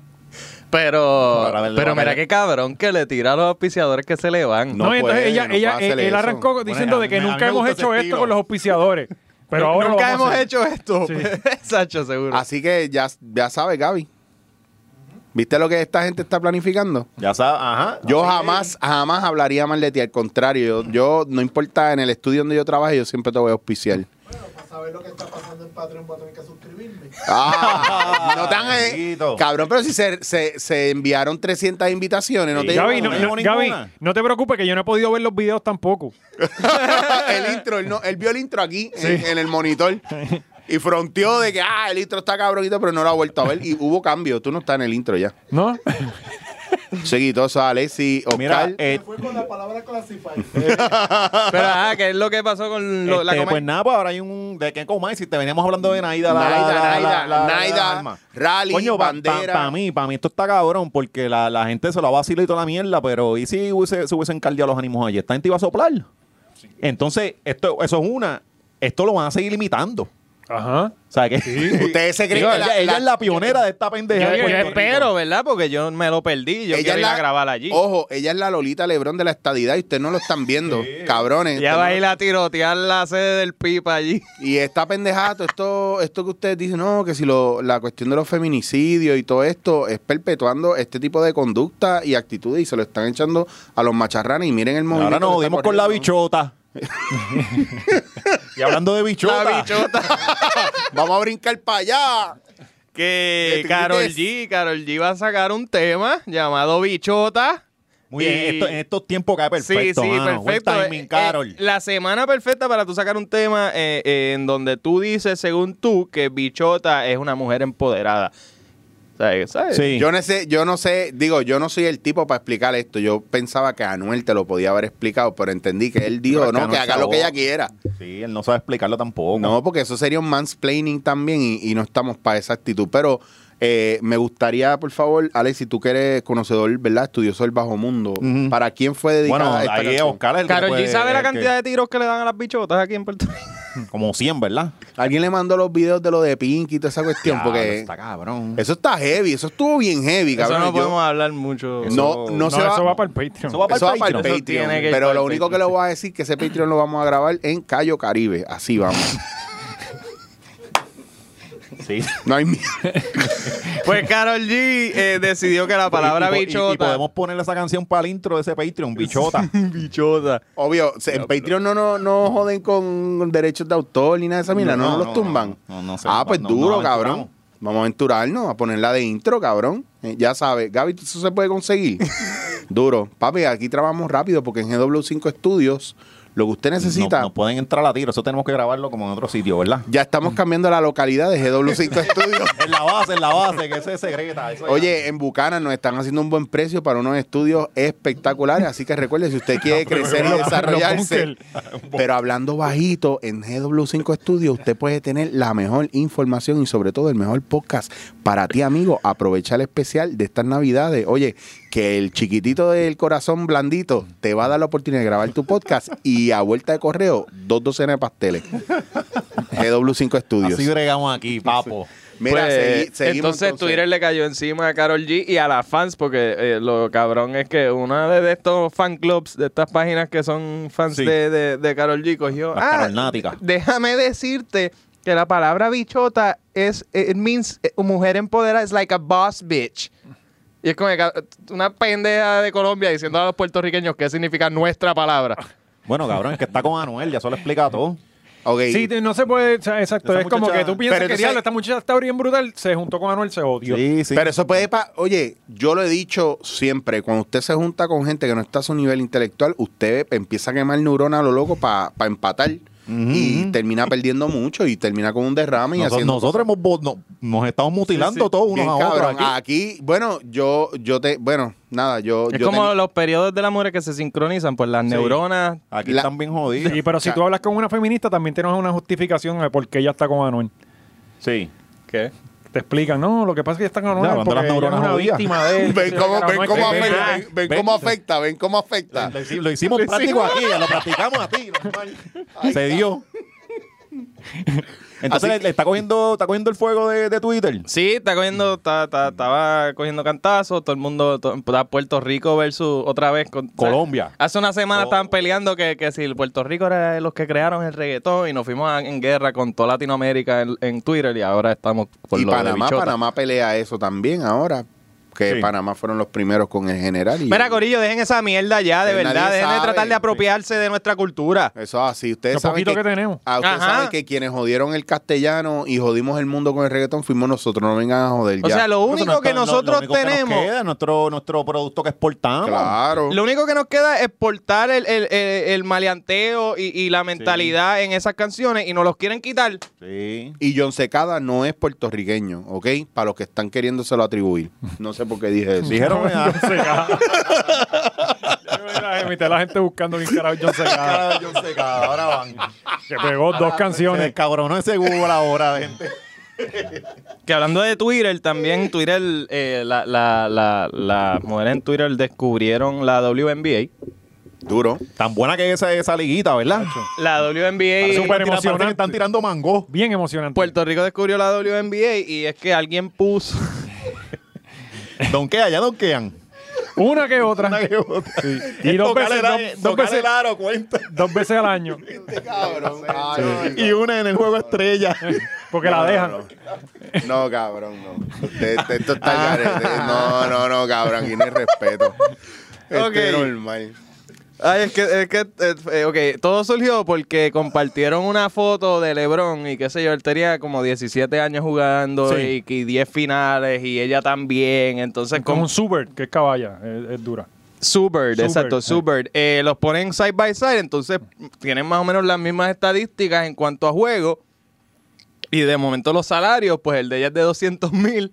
S3: Pero,
S4: Ahora, a ver, le
S3: pero
S4: voy a
S3: mira
S4: ver.
S3: qué cabrón que le tira a los auspiciadores que se le van.
S1: No,
S2: No
S1: entonces
S2: puede,
S1: ella,
S2: no
S1: ella,
S2: puede
S1: él,
S2: hacer
S1: él
S2: eso.
S1: arrancó
S4: Bueno,
S1: diciendo de
S4: a
S1: que
S4: mí- a mí
S1: nunca
S4: me
S1: hemos
S4: gusta
S1: hecho esto
S4: ese estilo.
S1: con los
S2: [laughs]
S1: auspiciadores. Pero ahora lo
S3: Nunca
S1: vamos a
S3: hemos
S1: hacer.
S3: hecho esto.
S1: Sí.
S3: [laughs] Sacho, seguro.
S2: Así que ya, ya sabe, Gaby. ¿Viste lo que esta gente está planificando?
S4: Ya sabes, ajá.
S2: Yo
S4: Así que-
S2: jamás, jamás hablaría mal de ti. Al contrario, yo, yo, no importa en el estudio donde yo trabaje, yo siempre te voy a auspiciar.
S5: Para saber lo que está pasando en Patreon voy a tener que suscribirme.
S2: Ah, no tan
S4: Amiguito.
S2: Cabrón, pero si se, se- se enviaron 300 invitaciones, no
S4: Sí.
S2: te
S1: Gaby, no,
S4: No tengo
S1: no,
S4: ninguna.
S1: Gaby, no te preocupes que yo no he podido ver los videos tampoco.
S2: [laughs] el intro, él, no, él vio el intro aquí en, en el monitor y fronteó de que, ah, el intro está cabronito, pero no lo ha vuelto a ver. Y hubo cambio, tú no estás en el intro ya.
S1: ¿No? [laughs]
S2: Seguitosa, Alexi, Oscar.
S4: Mira, eh,
S5: Fue con la palabra classified.
S2: [laughs]
S3: Pero, ah, ¿qué es lo que pasó con lo- la
S4: este,
S3: Comay?
S4: pues nada, pues ahora hay un. ¿De qué comáis? Si te veníamos hablando de Naida, la, la-
S2: Naida,
S4: la- la-
S2: Naida,
S4: la- la-
S2: Naida,
S4: la- alma.
S2: rally,
S4: Coño, pa- pa-
S2: bandera.
S4: pa' mí, para mí esto está cabrón, porque la, la gente se lo vacila y toda la mierda, pero ¿y si hubiese, se hubiesen caldeado los ánimos ayer? Esta gente iba a soplar. Entonces, esto, eso es una. Esto lo van a seguir limitando.
S1: Ajá.
S4: O sea, que.
S2: Ustedes
S4: [laughs]
S2: se creen
S4: Digo,
S2: que la-
S4: ella, ella
S2: la-
S4: es la pionera de esta pendeja.
S3: Yo,
S4: de
S3: yo
S4: Puerto Rico.
S3: espero, ¿verdad? Porque yo me lo perdí. Yo quiero ir a grabar allí.
S2: Ojo, ella es la Lolita Lebrón de la estadidad y ustedes no lo están viendo, cabrones.
S3: ya
S2: Ustedes
S3: va
S2: no
S3: a
S2: lo-
S3: ir a tirotear la sede del pipa allí. [laughs]
S2: Y esta pendejato, esto, esto que ustedes dicen, no, que si lo- la cuestión de los feminicidios y todo esto es perpetuando este tipo de conducta y actitudes y se lo están echando a los macharranes y miren el movimiento.
S4: Ahora nos
S2: que está
S4: jodimos con la
S2: corriendo,
S3: [laughs]
S4: bichota. y hablando de bichota.
S3: La bichota.
S2: ¿no? Vamos a brincar para allá.
S3: que
S2: ¿Qué
S3: Carol
S2: crees?
S3: G, Carol G va a sacar un tema llamado Bichota.
S4: Muy bien,
S3: Y-
S4: esto- en estos tiempos cae perfecto.
S3: sí, sí,
S4: mano. Buen
S3: perfecto. Eh,
S4: timing,
S3: eh,
S4: Carol.
S3: la semana perfecta para tú sacar un tema eh, eh, en donde tú dices, según tú, que Bichota es una mujer empoderada. ¿Sabes? ¿Sabes?
S4: Sí.
S2: Yo no sé, yo no sé, digo, yo no soy el tipo para explicar esto. Yo pensaba que Anuel te lo podía haber explicado, pero entendí que él dijo,
S4: Pero es que
S2: no, que
S4: Anuel
S2: haga
S4: se
S2: lo que
S4: ahogó.
S2: ella quiera.
S4: Sí, él no sabe explicarlo tampoco.
S2: No, porque eso sería un mansplaining también y, y no estamos para esa actitud. Pero eh, me gustaría, por favor, Alex, si tú que eres conocedor, ¿verdad? Estudioso del bajo mundo,
S4: Ujú.
S2: ¿para quién fue dedicada
S4: bueno,
S2: esta
S4: ahí es
S2: canción?
S4: Oscar es el que
S3: Carol
S4: puede-
S3: G sabe la
S4: el que-
S3: cantidad de tiros que le dan a las bichotas aquí en Puerto Rico.
S4: Como 100, ¿verdad?
S2: ¿Alguien le mandó los videos de lo de Pink y toda esa cuestión?
S4: Ya,
S2: porque
S4: Está cabrón.
S2: eso está heavy, eso estuvo bien heavy,
S3: Eso
S2: cabrón.
S3: no
S2: Yo-
S3: podemos hablar mucho.
S2: no, no
S1: No,
S2: se
S1: eso va,
S2: va
S1: para el Patreon.
S4: Eso va para
S2: Eso va
S4: el
S2: para el
S3: Patreon.
S2: Patreon.
S3: Eso tiene que ir
S2: pero
S3: para
S2: lo
S3: el
S2: único que le
S3: Patreon,
S2: voy a decir es que ese Patreon lo vamos a grabar en Cayo Caribe. Así vamos.
S4: Sí.
S2: No hay miedo.
S3: Pues Carol G eh, decidió que la palabra
S4: Pues, Y- y- y-
S3: bichota.
S4: Y podemos poner esa canción para el intro de ese
S2: [laughs]
S4: Patreon, bichota.
S3: bichota.
S2: Obvio, se- en Patreon no, no, no joden con derechos de autor ni nada de esa mierda, no,
S4: No,
S2: nos
S4: no,
S2: los tumban.
S4: no, no, no sé,
S2: ah, pues
S4: no, no,
S2: duro,
S4: no,
S2: cabrón.
S4: aventuramos.
S2: Vamos a aventurarnos a ponerla de intro, cabrón. Eh, ya sabes, Gaby, eso se puede conseguir. duro. Papi, aquí trabajamos rápido porque en GW5 Studios lo que usted necesita.
S4: No, no pueden entrar a tiro, eso tenemos que grabarlo como en otro sitio, ¿verdad?
S2: Ya estamos cambiando la localidad de
S4: [laughs]
S2: GW5 Studios.
S4: En la base, en la base, que ese es secreta. eso Pues ya.
S2: Oye, en Bucana nos están haciendo un buen precio para unos estudios espectaculares, así que recuerde si usted quiere crecer y
S1: los-
S2: desarrollarse.
S1: los
S2: Pero hablando bajito, en GW5 Studios usted puede tener la mejor información y sobre todo el mejor podcast para ti, amigo. Aprovecha el especial de estas Navidades. Oye, que el chiquitito del corazón blandito te va a dar la oportunidad de grabar tu podcast y a vuelta de correo, dos docenas de pasteles. GW5 Studios.
S4: Así bregamos aquí, papo.
S2: Mira,
S3: Pues,
S2: segui- seguimos
S3: entonces, Twitter le cayó encima a Carol G y a las fans, porque eh, lo cabrón es que una de, de estos fan clubs, de estas páginas que son fans
S4: Sí.
S3: de, de, de Carol G, cogió.
S4: Las
S3: "Ah,
S4: Carolnáticas".
S3: Déjame decirte que la palabra bichota es, it means eh, mujer empoderada, es like a boss bitch. Y es como que ca- una pendeja de Colombia diciendo a los puertorriqueños qué significa nuestra palabra.
S4: Bueno, cabrón, es que está con Anuel, ya eso lo explica todo.
S2: Ok.
S1: Sí, te- no se puede, o sea, exacto.
S4: Esa
S1: Es como
S4: muchacha-
S1: que tú piensas
S2: Pero
S1: que
S2: entonces-
S1: diablo, esta muchacha está bien brutal, se juntó con Anuel, se odió.
S4: Sí, sí.
S2: Pero eso puede pa- Oye, yo lo he dicho siempre, cuando usted se junta con gente que no está a su nivel intelectual, usted empieza a quemar neuronas a lo loco para empatar. y termina perdiendo mucho y termina con un derrame y
S4: Nosotros,
S2: haciendo
S4: nosotros hemos, bo- no- nos estamos mutilando todos unos
S2: Bien,
S4: a otros
S2: cabrón. ah,
S4: aquí.
S2: aquí. bueno, yo, yo te, bueno, nada, yo,
S3: Es
S2: yo
S3: como
S2: tengo-
S3: los periodos de la muerte que se sincronizan, pues las neuronas.
S4: Aquí
S2: La-
S4: están bien jodidos.
S1: Sí, pero si tú hablas con una feminista, también tienes una justificación de por qué ella está con Anuel.
S4: Sí.
S3: ¿Qué?
S1: Te explican, no, lo que pasa es que está con Anuel
S4: Ya, cuando
S1: porque
S4: las
S1: ella es
S4: neuronas
S1: una
S4: jodidas.
S1: víctima de él.
S2: [laughs] [laughs] ven cómo, ven cómo
S1: Ven, ven,
S2: afecta,
S1: ven.
S2: ven, ven cómo afecta, ven cómo afecta.
S4: Lo hici- lo hicimos práctico aquí, lo practicamos a ti. normal. Se dio. Entonces
S2: Así-
S4: le, le está, cogiendo, está cogiendo el fuego de, de Twitter.
S3: Sí, está
S2: Mm.
S3: cogiendo, está- está- estaba cogiendo cantazos, todo el mundo, to- está Puerto Rico versus otra vez con-
S4: Colombia.
S3: Hace una semana
S4: Oh.
S3: estaban peleando que, que si el Puerto Rico era los que crearon el reggaetón y nos fuimos a- en guerra con toda Latinoamérica en, en Twitter y ahora estamos [laughs] por
S2: Y
S3: lo de
S2: Panamá,
S3: bichota.
S2: Panamá pelea eso también ahora, que
S4: Sí.
S2: Panamá fueron los primeros con el general. y-
S3: Mira, Corillo, dejen esa mierda ya, de
S2: Que nadie
S3: verdad. Dejen de
S2: sabe.
S3: tratar de apropiarse de nuestra cultura.
S2: Eso es así, ustedes
S1: Lo
S2: saben
S1: poquito que tenemos.
S2: Ah, ustedes
S3: Ajá.
S2: saben que quienes jodieron el castellano y jodimos el mundo con el reggaetón fuimos nosotros, no vengan a joder
S3: O
S2: ya.
S3: sea, lo único que nosotros tenemos.
S4: nuestro, nuestro producto que exportamos.
S2: Claro.
S3: Lo único que nos queda es portar el, el, el- el maleanteo y, y la mentalidad en esas canciones y nos los quieren quitar.
S4: Sí.
S2: Y John Secada no es puertorriqueño, ¿ok? Para los que están queriéndoselo atribuir. No sé por qué dije eso. [laughs]
S4: Dijeron, ah,
S1: Mira, Mitad la gente buscando bien carajo John Secada,
S4: cara, John Secada, ahora van.
S1: que pegó dos
S4: Se
S1: canciones.
S4: descabronó ese Google ahora, gente.
S3: Que hablando de Twitter, también Twitter, eh, la, la, la, las mujeres en Twitter descubrieron la WNBA.
S2: Duro.
S4: [laughs] Tan buena que es esa, esa liguita, ¿verdad?
S3: La
S4: Ah,
S3: WNBA.
S1: Parece un Súper
S4: Tira- parece que
S1: emocionante.
S4: Están tirando mango.
S1: Bien emocionante.
S3: Puerto Rico descubrió la WNBA y es que alguien puso. [laughs]
S4: Donquea, ya donquean.
S1: Una que otra. Sí. Y dos
S4: Tocar
S1: veces,
S4: el-
S1: dos- dos
S4: tocar
S1: veces,
S4: el aro, cuenta.
S1: dos veces al año.
S2: Cabrón. Ay,
S4: Y una en el juego estrella.
S1: Porque la dejan.
S3: [laughs]
S2: No, cabrón, no. Te- te- esto está al garete. No, no, no, cabrón. Aquí no hay respeto. Esto
S3: [laughs] Ok.
S2: es normal.
S3: Ay, es que, es que eh, eh, ok, todo surgió porque compartieron una foto de LeBron y qué sé yo, él tenía como 17 años jugando
S4: Sí.
S3: y, y 10 finales y ella también, entonces
S1: Con
S3: con
S1: un Subert, que es caballa, es, es dura.
S3: Subert, exacto,
S1: eh.
S3: Subert, eh, los ponen side by side, entonces tienen más o menos las mismas estadísticas en cuanto a juego y de momento los salarios, pues el de ella es de 200 mil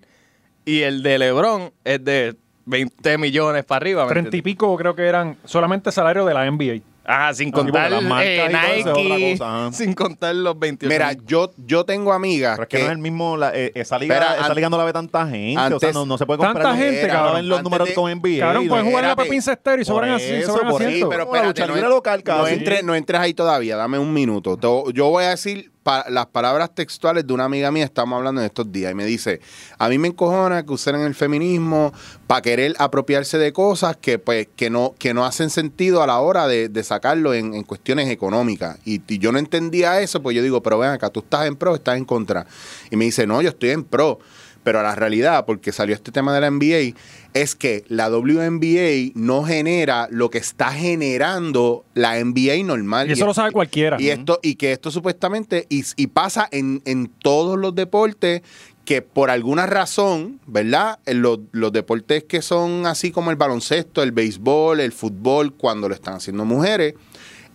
S3: y el de LeBron es de 20 millones para arriba. ¿me
S1: Treinta y
S3: entiendes?
S1: pico creo que eran solamente salario de la NBA.
S3: Ajá, sin
S4: Ah, sí, porque
S3: contar
S4: las marcas
S3: eh,
S4: y todo eso es otra
S3: Nike,
S4: cosa, ajá.
S3: sin contar los 28.
S2: Mira, yo, yo tengo amigas
S4: Pero es que no es el
S2: que.
S4: mismo. La, eh, esa liga,
S2: Espera,
S4: esa
S2: an-
S4: liga no la ve tanta gente. o sea,
S2: antes-
S4: no, no se puede
S1: Tanta
S4: comparar. con-
S1: gente,
S4: Ahora
S1: cabrón.
S4: ven los
S2: Antes
S4: números
S2: de-
S4: con NBA.
S1: Cabrón, pueden jugar en la
S2: espérate.
S1: Pepín Cestero y sobran
S4: Por
S1: así,
S4: eso,
S1: sobran
S4: por ahí,
S1: asientos.
S2: pero
S4: Como la
S2: espérate,
S4: lucha
S2: no,
S4: libre local,
S2: no,
S4: casi.
S2: entres, no entres ahí todavía, dame un minuto. Te- yo voy a decir pa- las palabras textuales de una amiga mía, estamos hablando en estos días, y me dice, a mí me encojona que usen el feminismo para querer apropiarse de cosas que, pues, que, no, que no hacen sentido a la hora de, de sacarlo en, en cuestiones económicas. Y, y yo no entendía eso, pues yo digo, pero ven acá, tú estás en pro, o estás en contra. Y me dice, no, yo estoy en pro. Pero a la realidad, porque salió este tema de la NBA, es que la WNBA no genera lo que está generando la NBA normal.
S1: Y eso lo sabe cualquiera.
S2: Y esto, y que esto supuestamente, y, y pasa en, en todos los deportes, que por alguna razón, ¿verdad? En Los, los deportes que son así como el baloncesto, el béisbol, el fútbol, cuando lo están haciendo mujeres,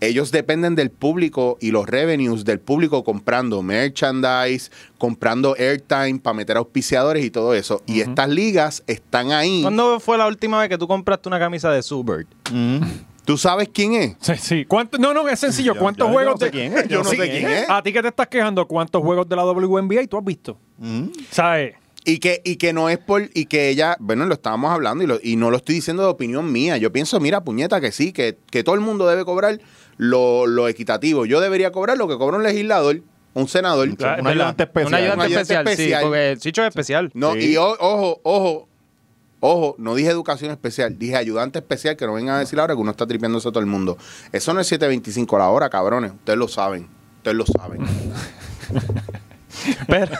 S2: ellos dependen del público y los revenues del público comprando merchandise, comprando airtime para meter auspiciadores y todo eso. Y estas ligas están ahí.
S3: ¿Cuándo fue la última vez que tú compraste una camisa de Subert?
S4: Mm.
S2: ¿Tú sabes quién es?
S1: Sí, sí. ¿Cuánto- No, no, es sencillo. ¿Cuántos
S4: yo
S1: juegos
S4: no sé
S1: de-
S4: quién es, yo no
S1: Sí, ¿eh?
S4: sé quién
S2: es.
S1: A ti que te estás quejando, ¿cuántos juegos de la WNBA tú has visto?
S4: Mm.
S1: ¿Sabes?
S2: Y que, y que no es por, y que ella, bueno, lo estábamos hablando y, lo- y no lo estoy diciendo de opinión mía. Yo pienso, mira, puñeta, que sí, que, que todo el mundo debe cobrar lo, lo equitativo. Yo debería cobrar lo que cobra un legislador, un senador.
S1: Claro.
S4: Un ayudante especial.
S3: Un ayudante
S2: Un ayudante
S3: especial,
S2: especial.
S3: sí, porque el chicho es especial.
S2: No,
S4: Sí.
S2: y o- ojo, ojo, ojo, no dije educación especial, dije ayudante especial, que no vengan a decir ahora que uno está tripeándose a todo el mundo. Eso no es 7.25 la hora, cabrones. Ustedes lo saben. Ustedes lo saben.
S3: Pero,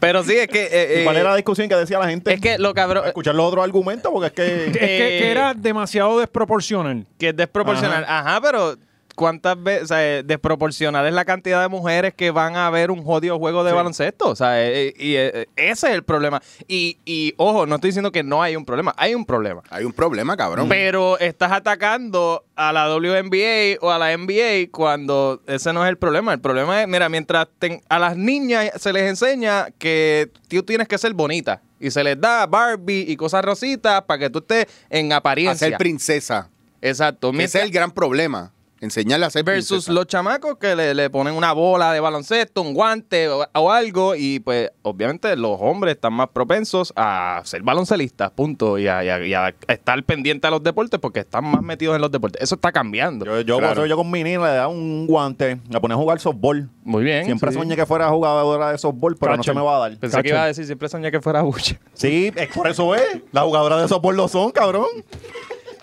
S3: pero sí, es que... eh,
S4: ¿Y cuál
S3: eh,
S4: era la discusión que decía la gente?
S3: es que lo cabrón...
S4: Para escuchar los otros argumentos, porque
S1: Es
S4: es que.
S1: que,
S3: Eh,
S1: que era demasiado desproporcional.
S3: Que es desproporcional. Ajá, pero cuántas veces, o sea, eh, desproporcional es la cantidad de mujeres que van a ver un jodido juego de baloncesto. O sea, eh, eh, y eh, ese es el problema. Y, y ojo, no estoy diciendo que no hay un problema, hay un problema.
S2: Hay un problema, cabrón.
S3: Pero estás atacando a la WNBA o a la NBA cuando ese no es el problema. El problema es, mira, mientras ten- a las niñas se les enseña que tú tienes que ser bonita y se les da Barbie y cosas rositas para que tú estés en apariencia.
S2: Hacer princesa.
S3: Exacto.
S2: Ese es el gran problema. Enseñarle a hacer
S3: Eh, Versus
S2: princesa.
S3: los chamacos que le, le ponen una bola de baloncesto, un guante o, o algo, y pues obviamente los hombres están más propensos a ser baloncelistas, punto, y a, y a- y a estar pendiente a los deportes porque están más metidos en los deportes. Eso está cambiando.
S4: Yo, yo,
S2: Claro.
S4: yo con mi niña le daba un guante, la ponía a jugar softball.
S3: Muy bien.
S4: Siempre
S3: sí.
S4: soñé que fuera jugadora de softball, pero
S1: Cacho.
S4: no se me va a dar.
S3: Pensé que iba a decir, siempre soñé que fuera bucha.
S4: Sí, es por eso es. Las jugadoras de softball lo son, cabrón.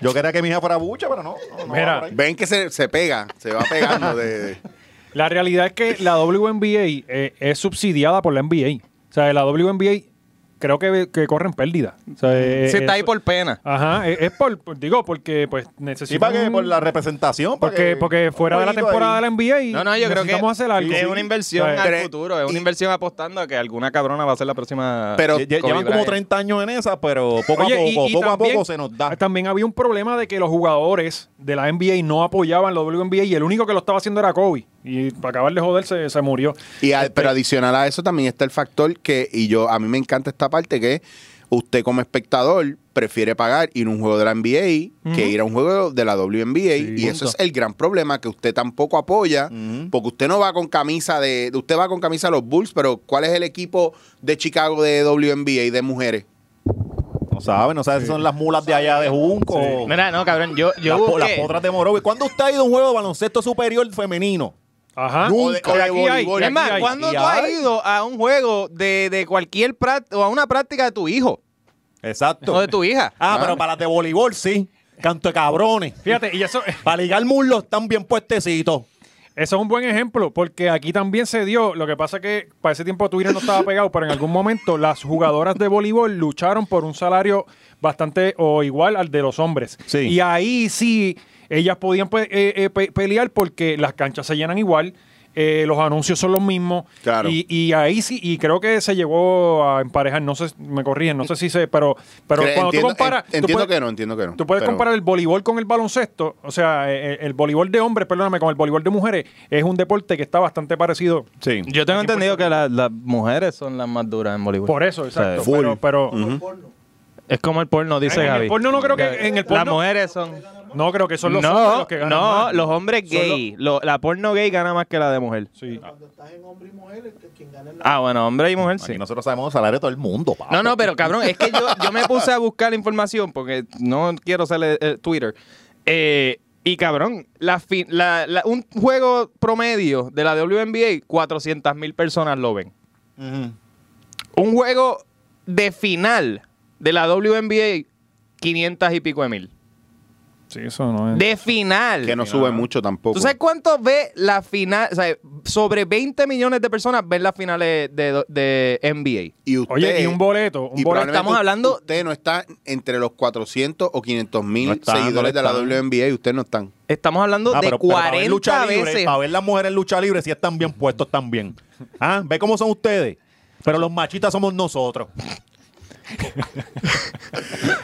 S4: Yo quería que mi hija fuera bucha, pero no. no, no
S1: Mira.
S4: va por ahí.
S2: Ven que se, se pega, se va pegando. de- de-
S1: La realidad es que la WNBA eh, es subsidiada por la NBA. O sea, la WNBA creo que, que corren pérdida. O
S4: Mm.
S1: sea, [laughs] eh,
S3: Sí, está ahí
S1: eso-
S3: por pena.
S1: Ajá, es, es por, por- digo, porque pues
S4: Sí,
S1: necesitan...
S4: para que por la representación. para
S1: porque,
S4: que-
S1: porque
S4: un
S1: fuera de la
S4: jueguito
S1: temporada
S4: ahí.
S1: de la NBA y
S3: No, no, yo creo que
S1: necesitamos hacer algo. Pues,
S3: que es una inversión
S1: O sea,
S3: al
S2: Pero-
S3: futuro, es una
S2: y-
S3: inversión apostando a que alguna cabrona va a ser la próxima.
S2: Pero-
S4: Lle- lle-
S3: Kobe
S4: Llevan como
S3: Bryant.
S4: 30 años en esa, pero poco a
S1: Oye, y-
S4: poco,
S1: y
S4: poco a
S1: también-
S4: poco se nos da.
S1: También había un problema de que los jugadores de la NBA no apoyaban la WNBA y el único que lo estaba haciendo era Kobe. Y para acabar de joder se, se murió.
S2: y a- pero adicional a eso también está el factor que, y yo, a mí me encanta esta parte que usted como espectador prefiere pagar ir a un juego de la NBA que ir a un juego de la WNBA. y eso es el gran problema que usted tampoco apoya, porque usted no va con camisa de, usted va con camisa de los Bulls, pero ¿cuál es el equipo de Chicago de WNBA de mujeres?
S4: No saben, no saben si son las mulas de allá de Junco.
S3: Mira, no, cabrón, yo, yo
S4: las, po- las
S3: busqué-
S4: potras de Morovis. ¿Cuándo usted ha ido a un juego de baloncesto superior femenino?
S1: Ajá.
S2: O de- o de
S1: aquí hay,
S2: voleibol.
S1: de
S3: Es más,
S1: aquí hay.
S3: ¿cuándo
S4: Y
S3: tú has
S4: hay.
S3: ido a un juego de, de cualquier práctica o a una práctica de tu hijo
S4: Exacto.
S3: o de tu hija?
S4: Ah, pero para las de voleibol sí. Canto de cabrones.
S1: Fíjate, y eso,
S4: Para ligar muslos están bien puestecitos.
S1: Eso es un buen ejemplo, porque aquí también se dio. Lo que pasa que para ese tiempo Twitter no estaba pegado, pero en algún momento las jugadoras de voleibol lucharon por un salario bastante o igual al de los hombres.
S4: Sí.
S1: Y ahí sí, ellas podían pues, eh, eh, pe- pelear porque las canchas se llenan igual. eh, los anuncios son los mismos.
S2: Claro.
S1: Y, y ahí sí, y creo que se llegó a emparejar, no sé, me corrigen, no sé si se, pero, pero
S2: Cre-
S1: cuando
S2: entiendo,
S1: tú comparas.
S2: en-
S1: tú
S2: entiendo
S1: puedes-
S2: que no, entiendo que no.
S1: Tú puedes
S2: pero-
S1: comparar el voleibol con el baloncesto, o sea, eh, eh, el, voleibol de hombres, perdóname, con el voleibol de mujeres, es un deporte que está bastante parecido.
S4: Sí.
S3: Yo tengo entendido que la- las mujeres son las más duras en voleibol.
S1: Por eso, exacto.
S3: O sea,
S1: Pero, pero
S5: Por porno.
S3: es como el porno, dice
S1: en
S3: Gaby.
S1: el porno no creo que en el porno,
S3: Las mujeres son...
S1: no creo que son los hombres
S3: no,
S1: los que ganan.
S3: no,
S1: más.
S3: los hombres
S1: Son los-
S3: gay. Lo- la porno gay gana más que la de mujer.
S1: Sí.
S5: Cuando estás en hombre y mujer, el que- quien gana es la
S3: Ah, bueno, hombre y mujer sí.
S4: Aquí nosotros sabemos los salarios de todo el mundo, papi.
S3: No, no, pero cabrón, es que yo, yo me puse a buscar la información porque no quiero ser eh, eh, Twitter. Eh, y cabrón, la fi- la- la- un juego promedio de la WNBA, 400 mil personas lo ven.
S4: Ujú.
S3: Un juego de final de la WNBA, 500 y pico de mil.
S1: Sí, eso no es.
S3: De final.
S2: que no sube mucho tampoco.
S3: ¿Tú sabes cuánto ve la final? O sea, sobre 20 millones de personas ven las finales de, de NBA.
S2: y usted,
S1: Oye, y un boleto, un
S2: y
S1: boleto.
S2: probablemente
S3: Estamos hablando-
S2: Usted no está entre los 400 o 500 mil
S4: No están,
S2: seguidores
S4: no
S2: de la
S4: están.
S2: WNBA y usted no están.
S3: Estamos hablando
S4: Ah,
S3: de
S4: pero, pero para ver
S3: 40
S4: lucha libre,
S3: veces.
S4: Para ver las mujeres en lucha libre, si están bien puestos también. ¿Ah? ¿Ve cómo son ustedes? Pero los machistas somos nosotros.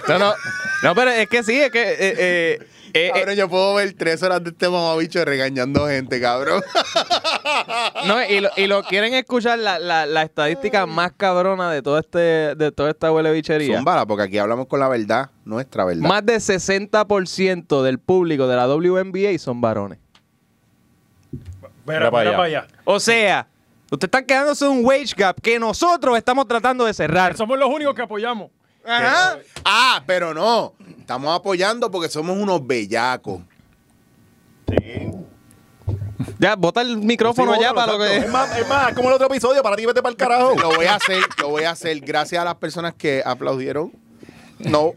S3: No, no, no, pero es que sí, es que. eh, eh, eh, eh,
S2: yo puedo ver tres horas de este mamabicho regañando gente, [laughs] cabrón.
S3: eh, no, y, lo, y lo quieren escuchar la, la- la estadística más cabrona de todo este de toda esta huele bichería.
S2: Son balas, porque aquí hablamos con la verdad, nuestra verdad.
S3: Más de 60% del público de la WNBA son varones.
S1: Mira,
S4: para
S1: mira
S4: allá.
S1: para allá.
S3: O sea, ustedes están quedándose en un wage gap que nosotros estamos tratando de cerrar.
S1: Somos los únicos que apoyamos.
S3: Ajá.
S2: Ah, pero no. Estamos apoyando porque somos unos bellacos.
S3: Ya, bota el micrófono
S4: Sí,
S3: ya para
S4: bótalo,
S3: lo
S4: exacto.
S3: que.
S4: Es más, es más, como el otro episodio, para ti vete para el carajo.
S2: Lo voy a hacer, lo voy a hacer. Gracias a las personas que aplaudieron. No.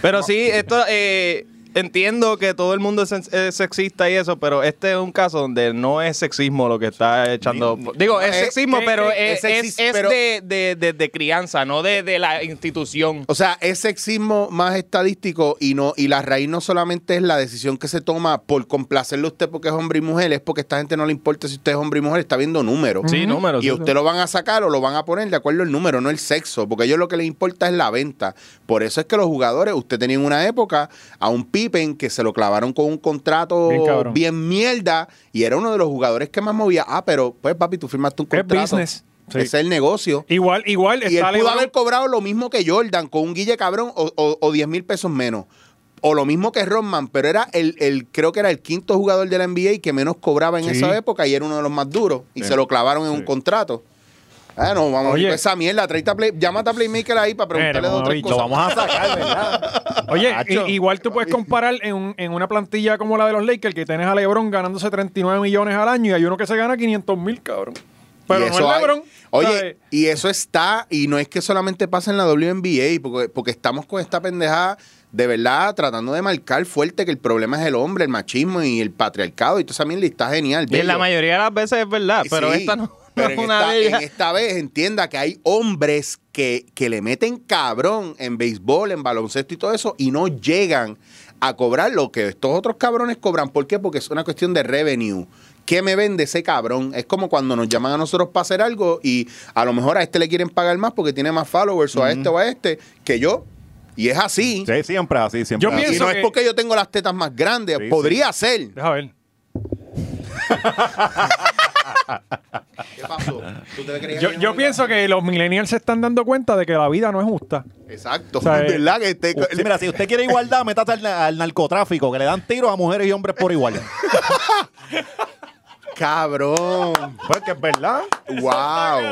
S3: Pero sí, esto. eh, entiendo que todo el mundo es, sen- es sexista y eso, pero este es un caso donde no es sexismo lo que está echando. Digo, es
S2: eh,
S3: sexismo,
S2: eh,
S3: pero
S2: eh,
S3: es,
S2: es sexis-
S3: es- es
S2: pero-
S3: de, de- de- de crianza, no de, de la institución.
S2: O sea, es sexismo más estadístico y no y la raíz no solamente es la decisión que se toma por complacerle a usted porque es hombre y mujer, es porque a esta gente no le importa si usted es hombre y mujer, está viendo números.
S3: Sí, números,
S2: Y
S3: sí,
S2: a usted lo van a sacar o lo van a poner de acuerdo al número, no el sexo, porque a ellos lo que les importa es la venta. Por eso es que los jugadores, usted tenía en una época a un Pippen que se lo clavaron con un contrato
S1: Bien
S2: bien,
S1: cabrón.
S2: mierda y era uno de los jugadores que más movía. Ah, pero pues papi, tú firmaste un
S1: Es
S2: contrato.
S1: business. Sí.
S2: Es el negocio.
S1: Igual, igual.
S2: Y él pudo
S1: LeBron-
S2: haber cobrado lo mismo que Jordan, con un Guille cabrón o, o, 10 mil pesos menos. O lo mismo que Rodman, pero era el, el, creo que era el quinto jugador de la NBA que menos cobraba en
S1: Sí.
S2: esa época y era uno de los más duros. Y se lo clavaron en un contrato. Ah, no, vamos
S1: Oye.
S2: a esa mierda. Llámate a Play- llámate a Playmaker ahí para preguntarle
S1: Mira,
S2: dos o tres
S1: mamabicho,
S2: cosas.
S4: vamos a sacar, ¿verdad?
S1: Oye,
S4: Acho.
S1: i- igual tú puedes comparar en, un- en una plantilla como la de los Lakers, que tienes a LeBron ganándose 39 millones al año y hay uno que se gana 500 mil, cabrón. Pero
S2: Y
S1: no es
S2: eso hay-
S1: LeBron.
S2: Oye,
S1: ¿sabes?
S2: y eso está, y no es que solamente pasa en la WNBA, porque, porque estamos con esta pendejada de verdad tratando de marcar fuerte que el problema es el hombre, el machismo y el patriarcado, y tú también está genial.
S3: Y en la
S2: bello.
S3: mayoría de las veces es verdad, [laughs] pero
S2: Sí,
S3: esta no, no
S2: pero
S3: es
S2: en
S3: una
S2: esta,
S3: de ellas.
S2: en e-, esta vez entienda que hay hombres que, que le meten cabrón en béisbol, en baloncesto y todo eso, y no llegan a cobrar lo que estos otros cabrones cobran. ¿Por qué? Porque es una cuestión de revenue. ¿Qué me vende ese cabrón? Es como cuando nos llaman a nosotros para hacer algo y a lo mejor a este le quieren pagar más porque tiene más followers o a este o a este que yo. Y es así.
S4: Sí, siempre así, siempre
S1: Yo
S4: así.
S2: Y
S1: pienso
S2: no
S1: que-
S2: es porque yo tengo las tetas más grandes.
S4: Sí,
S2: Podría ser.
S1: Deja ver.
S2: ¿Qué pasó? ¿Tú te creías
S1: Yo,
S2: que
S1: yo
S2: no?
S1: pienso que los millennials se están dando cuenta de que la vida no es justa.
S2: Exacto.
S1: O sea,
S2: es [laughs] ¿Verdad? Que este-
S4: Usted- mira, si usted quiere igualdad, métase al, na- al narcotráfico, que le dan tiros a mujeres y hombres por igual.
S2: Cabrón.
S4: Pues que es verdad.
S2: Wow.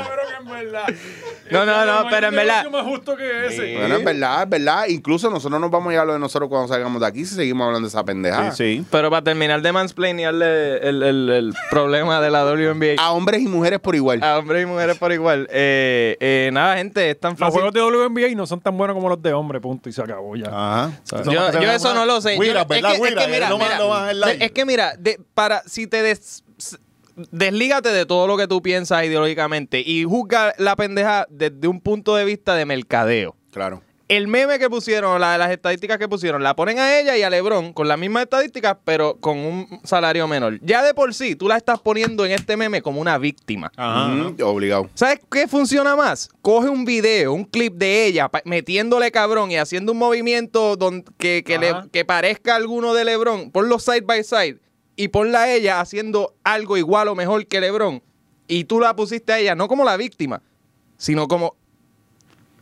S3: No, no, no, pero en verdad.
S1: más justo que ese.
S2: Bueno, es verdad, es verdad. Incluso nosotros nos vamos a llevar lo de nosotros cuando salgamos de aquí si seguimos hablando de esa pendejada.
S4: Sí, sí.
S3: Pero para terminar de mansplainearle el, el- el problema de la WNBA
S2: A hombres y mujeres por igual.
S3: a hombres y mujeres por igual. Eh, eh, nada, gente, es tan
S1: Los
S3: fácil.
S1: juegos de WNBA no son tan buenos como los de hombre, punto, y se acabó
S2: Ah,
S1: ya.
S4: Ajá.
S3: Yo, yo eso no lo sé. Yo-
S4: Guira,
S3: es, que,
S4: ¿verdad?
S3: es que
S4: Guira,
S3: mira,
S4: lo más-
S3: mira,
S4: lo más en live.
S3: es que mira, de- para, si te des- deslígate de todo lo que tú piensas ideológicamente y juzga la pendeja desde un punto de vista de mercadeo.
S2: Claro.
S3: El meme que pusieron, la, las estadísticas que pusieron, la ponen a ella y a Lebron con las mismas estadísticas, pero con un salario menor. Ya de por sí, tú la estás poniendo en este meme como una víctima.
S2: Mm, Obligado.
S3: ¿Sabes qué funciona más? Coge un video, un clip de ella pa- metiéndole cabrón y haciendo un movimiento don- que, que, le-
S1: Ajá.
S3: que parezca alguno de Lebron. Ponlo side by side y ponla a ella haciendo algo igual o mejor que Lebron. Y tú la pusiste a ella no como la víctima, sino como...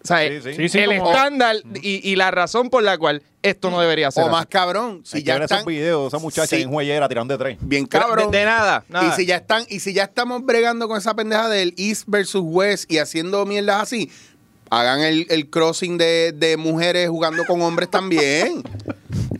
S3: ¿sabes?
S4: Sí, sí.
S1: Sí, sí,
S3: el
S1: como-
S3: estándar y, y la razón por la cual esto no debería ser.
S2: O más
S3: así.
S2: cabrón, si
S4: Hay que
S2: ya
S4: ver
S2: están
S4: esos videos, esa muchacha
S2: Sí.
S4: en juellera tirando de
S3: [laughs]
S4: tres.
S2: bien
S3: Pero
S2: cabrón.
S3: De, de nada, nada.
S2: Y si ya están y si ya estamos bregando con esa pendeja del East versus West y haciendo mierdas así, hagan el, el crossing de, de mujeres jugando con hombres también.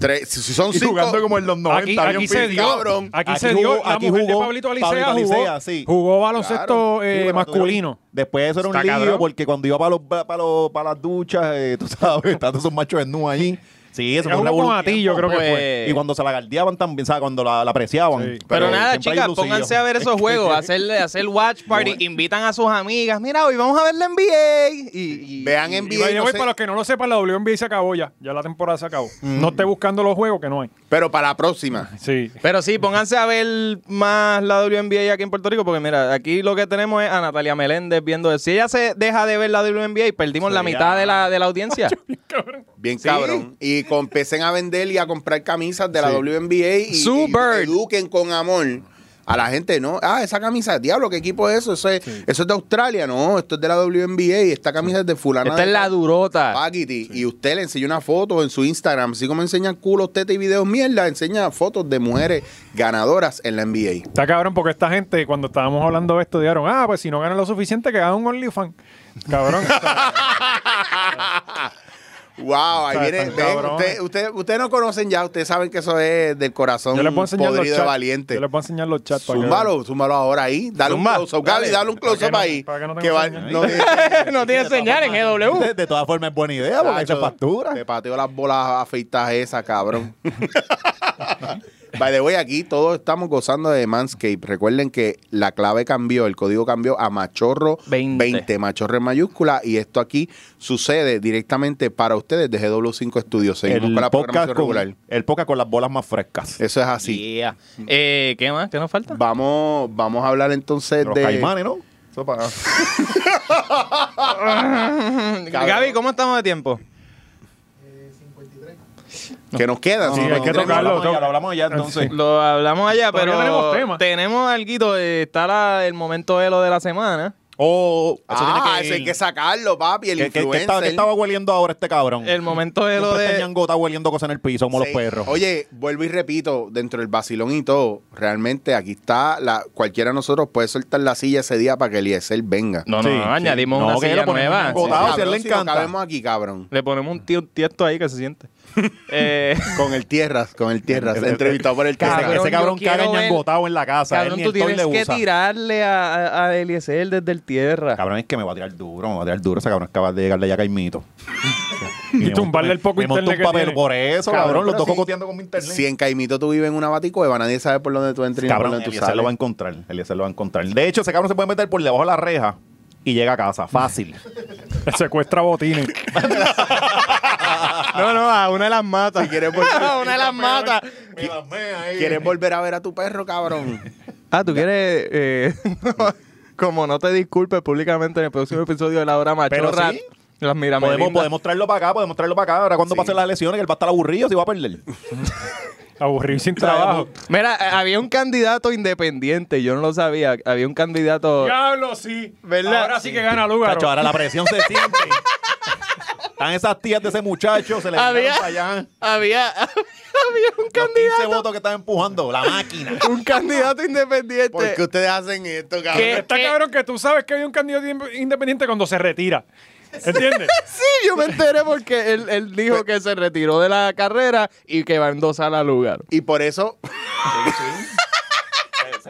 S2: Tres, si si son cinco
S4: en los
S1: Aquí, aquí
S4: bien
S1: se
S4: físico.
S1: dio,
S2: cabrón.
S1: aquí,
S4: Aquí
S1: se
S4: jugó-
S1: dio, la
S4: aquí
S1: mujer
S4: jugó
S1: de Pablito Alicea
S4: Pablito
S1: jugó,
S4: Alicea, sí.
S1: jugó baloncesto
S2: Claro.
S1: eh,
S4: Sí, pero
S1: masculino.
S4: tuvieron- Después eso era un
S3: Está
S4: lío
S3: cabrón.
S4: porque cuando iba para los, para los- para las duchas, eh, [laughs] tú sabes, tantos esos machos desnudos allí. Sí, eso
S1: Ella
S4: fue un
S1: jugó con
S4: revolución.
S1: Atillo, creo que fue.
S3: Pues-
S4: Y cuando se la galdeaban también, ¿sabes? Cuando la, la apreciaban.
S1: Sí.
S3: Pero, nada,
S4: siempre hay
S3: chicas,
S4: lucillo.
S3: pónganse a ver esos juegos, a hacer, a hacer watch party, invitan a sus amigas. Mira, hoy vamos a ver la NBA. Y, y-
S2: Vean
S1: Y,
S2: NBA.
S1: by the
S2: no
S1: way,
S2: sé-
S1: para los que no lo sepan, la WNBA se acabó ya. Ya la temporada se acabó.
S2: Mm.
S1: No esté buscando los juegos que no hay.
S2: pero para la próxima.
S1: Sí.
S3: Pero sí, pónganse a ver más la WNBA aquí en Puerto Rico, porque mira, aquí lo que tenemos es a Natalia Meléndez viendo. Si ella se deja de ver la WNBA, perdimos la
S4: Sí,
S3: mitad
S4: ya.
S3: de la, de la audiencia.
S2: Bien
S3: Sí.
S2: cabrón. Y com- empiecen a vender y a comprar camisas de la WNBA y,
S3: Sue
S2: y
S3: Bird.
S2: eduquen con amor a la gente, ¿no? Ah, esa camisa, diablo, ¿qué equipo es eso? Eso es, eso es de Australia, no, esto es de la WNBA y esta camisa es de fulana.
S3: Esta
S2: de
S3: es la
S2: tal, [laughs]
S3: durota. [laughs]
S2: Paquiti. Y usted le enseña una foto en su Instagram, así como enseñan culos, tetas y videos mierda, enseña fotos de mujeres ganadoras en la NBA.
S1: Está cabrón porque esta gente, cuando estábamos hablando de esto, dijeron, ah, pues si
S2: [laughs]
S1: no ganan lo suficiente, que hagan un OnlyFans. Cabrón.
S2: Wow, ahí
S1: Está-
S2: viene.
S1: está
S2: ven,
S1: cabrón.
S2: usted- usted- Ustedes no conocen ya, ustedes saben que eso es del corazón
S1: Yo les voy a enseñar los
S2: podrido
S1: chats.
S2: de valiente.
S1: Yo les voy a enseñar los chats. para que-
S2: Zúmbalo, zúmbalo ahora ahí. Dale
S3: Zumba.
S2: un close-up, Gaby,
S3: Dale.
S2: dale un close-up
S1: no-
S2: ahí.
S1: para que no tenga
S2: que va-
S1: señal.
S4: [laughs]
S2: no tiene-
S3: no tiene señal en E EW.
S4: De, de todas formas, es buena idea porque ahí se
S2: Nacho,
S4: factura.
S2: Te pateo las bolas afeitas esas, cabrón. By the way, aquí todos estamos gozando de Manscape. Recuerden que la clave cambió, el código cambió a Machorro
S3: 20.
S2: 20, Machorro en mayúscula, y esto aquí sucede directamente para ustedes de GW5 Studios. Seguimos con la programación regular.
S4: con, el podcast con las bolas más frescas.
S2: Eso es así.
S3: Yeah. Eh, ¿Qué más? ¿Qué nos falta?
S2: Vamos, vamos a hablar entonces
S4: Los
S2: de...
S4: caimanes, ¿no?
S3: [laughs] Gaby, ¿cómo estamos de tiempo?
S5: Eh, 53.
S2: Ah, Que nos quedan.
S1: Sí,
S2: si
S1: hay
S2: nos
S1: que
S2: tenemos-
S1: tocarlo.
S4: Lo hablamos ya, lo hablamos ya, entonces.
S3: Lo hablamos allá,
S1: Todavía
S3: pero
S1: tenemos tema.
S3: tenemos algo. eh, está la- el momento de lo de la semana.
S4: Oh, eso
S2: Ah,
S4: tiene
S2: eso hay
S4: que
S2: que sacarlo, papi, el
S4: ¿Qué- qué- qué
S2: influencer.
S4: estaba, qué estaba hueliendo ahora este cabrón?
S3: El momento de lo
S4: Siempre está
S3: de...
S4: ñango, está hueliendo cosas en el piso como
S2: Sí.
S4: los perros.
S2: Oye, vuelvo y repito, dentro del vacilón y todo, realmente aquí está, la, cualquiera de nosotros puede soltar la silla ese día para que Eliezer venga.
S3: No, no,
S4: Sí,
S3: no,
S4: sí.
S3: añadimos
S4: No,
S3: una
S4: que
S3: silla
S4: le ponemos
S3: nueva.
S4: un botado, si a él le
S2: no
S4: encanta.
S2: cabemos aquí, cabrón.
S3: Le ponemos un, tío, un tiesto ahí que se
S4: [laughs]
S3: siente. Eh,
S2: Con el Tierras, con el Tierras, entrevistado por el
S4: Que ese-
S3: Cabrón,
S2: Tierras.
S4: ese cabrón
S3: yo quiero
S4: caga
S3: ver-
S4: ñangotado en la casa. él
S3: cabrón,
S4: ni
S3: tú
S4: el toy
S3: tienes
S4: le
S3: que
S4: usa.
S3: tirarle a, a Eliezer desde el tierra.
S4: Cabrón, es que me va a tirar duro, me va a tirar duro. Ese cabrón es capaz de llegarle ya a Caimito.
S1: [laughs] Y tumbarle el poco
S4: me monto
S1: internet
S4: un
S1: que
S4: papel
S1: tiene.
S4: por eso, cabrón.
S2: Cabrón,
S4: los
S2: pero
S4: dos
S2: sí.
S4: cocoteando con mi internet.
S2: Si en Caimito tú vives en una baticueva, nadie sabe por dónde tú entras y por
S4: Cabrón,
S2: dónde tú
S4: Eliezer lo va a
S2: sales.
S4: encontrar. Eliezer lo va a encontrar. De hecho, ese cabrón se puede meter por debajo de la reja y llega a casa. Fácil.
S1: [laughs] Secuestra botines.
S3: [laughs]
S1: [laughs]
S3: No, no, a una de las matas.
S2: Si quieres volver-
S3: [laughs] a una de las [laughs] matas.
S2: ¿Quieres volver a ver a tu perro,
S4: [laughs]
S2: cabrón?
S3: Ah, tú quieres... eh, [laughs] como no te disculpes públicamente en el próximo episodio de La Hora
S4: Pero
S3: Machorra,
S4: sí.
S3: las miramos.
S4: Podemos, podemos traerlo para acá, podemos traerlo para acá. Ahora cuando pasen las lesiones, que él va a estar aburrido si va a perder.
S1: Aburrido sin trabajo.
S3: Mira, eh, había un candidato independiente, yo no lo sabía. Había un candidato...
S1: Diablo, sí.
S3: ¿Verdad?
S1: Ahora sí que gana lugar.
S4: Chacho, ahora la presión se siente. Están esas tías de ese muchacho, se le van
S3: Había-
S4: para allá.
S3: Había, había un
S4: Los 15
S3: candidato,
S4: votos que están empujando, la máquina.
S3: un candidato
S2: ¿Por qué
S3: independiente.
S2: ustedes hacen esto, cabrón?
S3: ¿Qué?
S1: Está cabrón que tú sabes que hay un candidato in- independiente cuando se retira.
S3: [laughs]
S1: ¿Entiendes?
S3: Sí, yo me enteré porque él, él dijo
S4: Pues
S3: que se retiró de la carrera y que va a endosar al lugar.
S2: Y por eso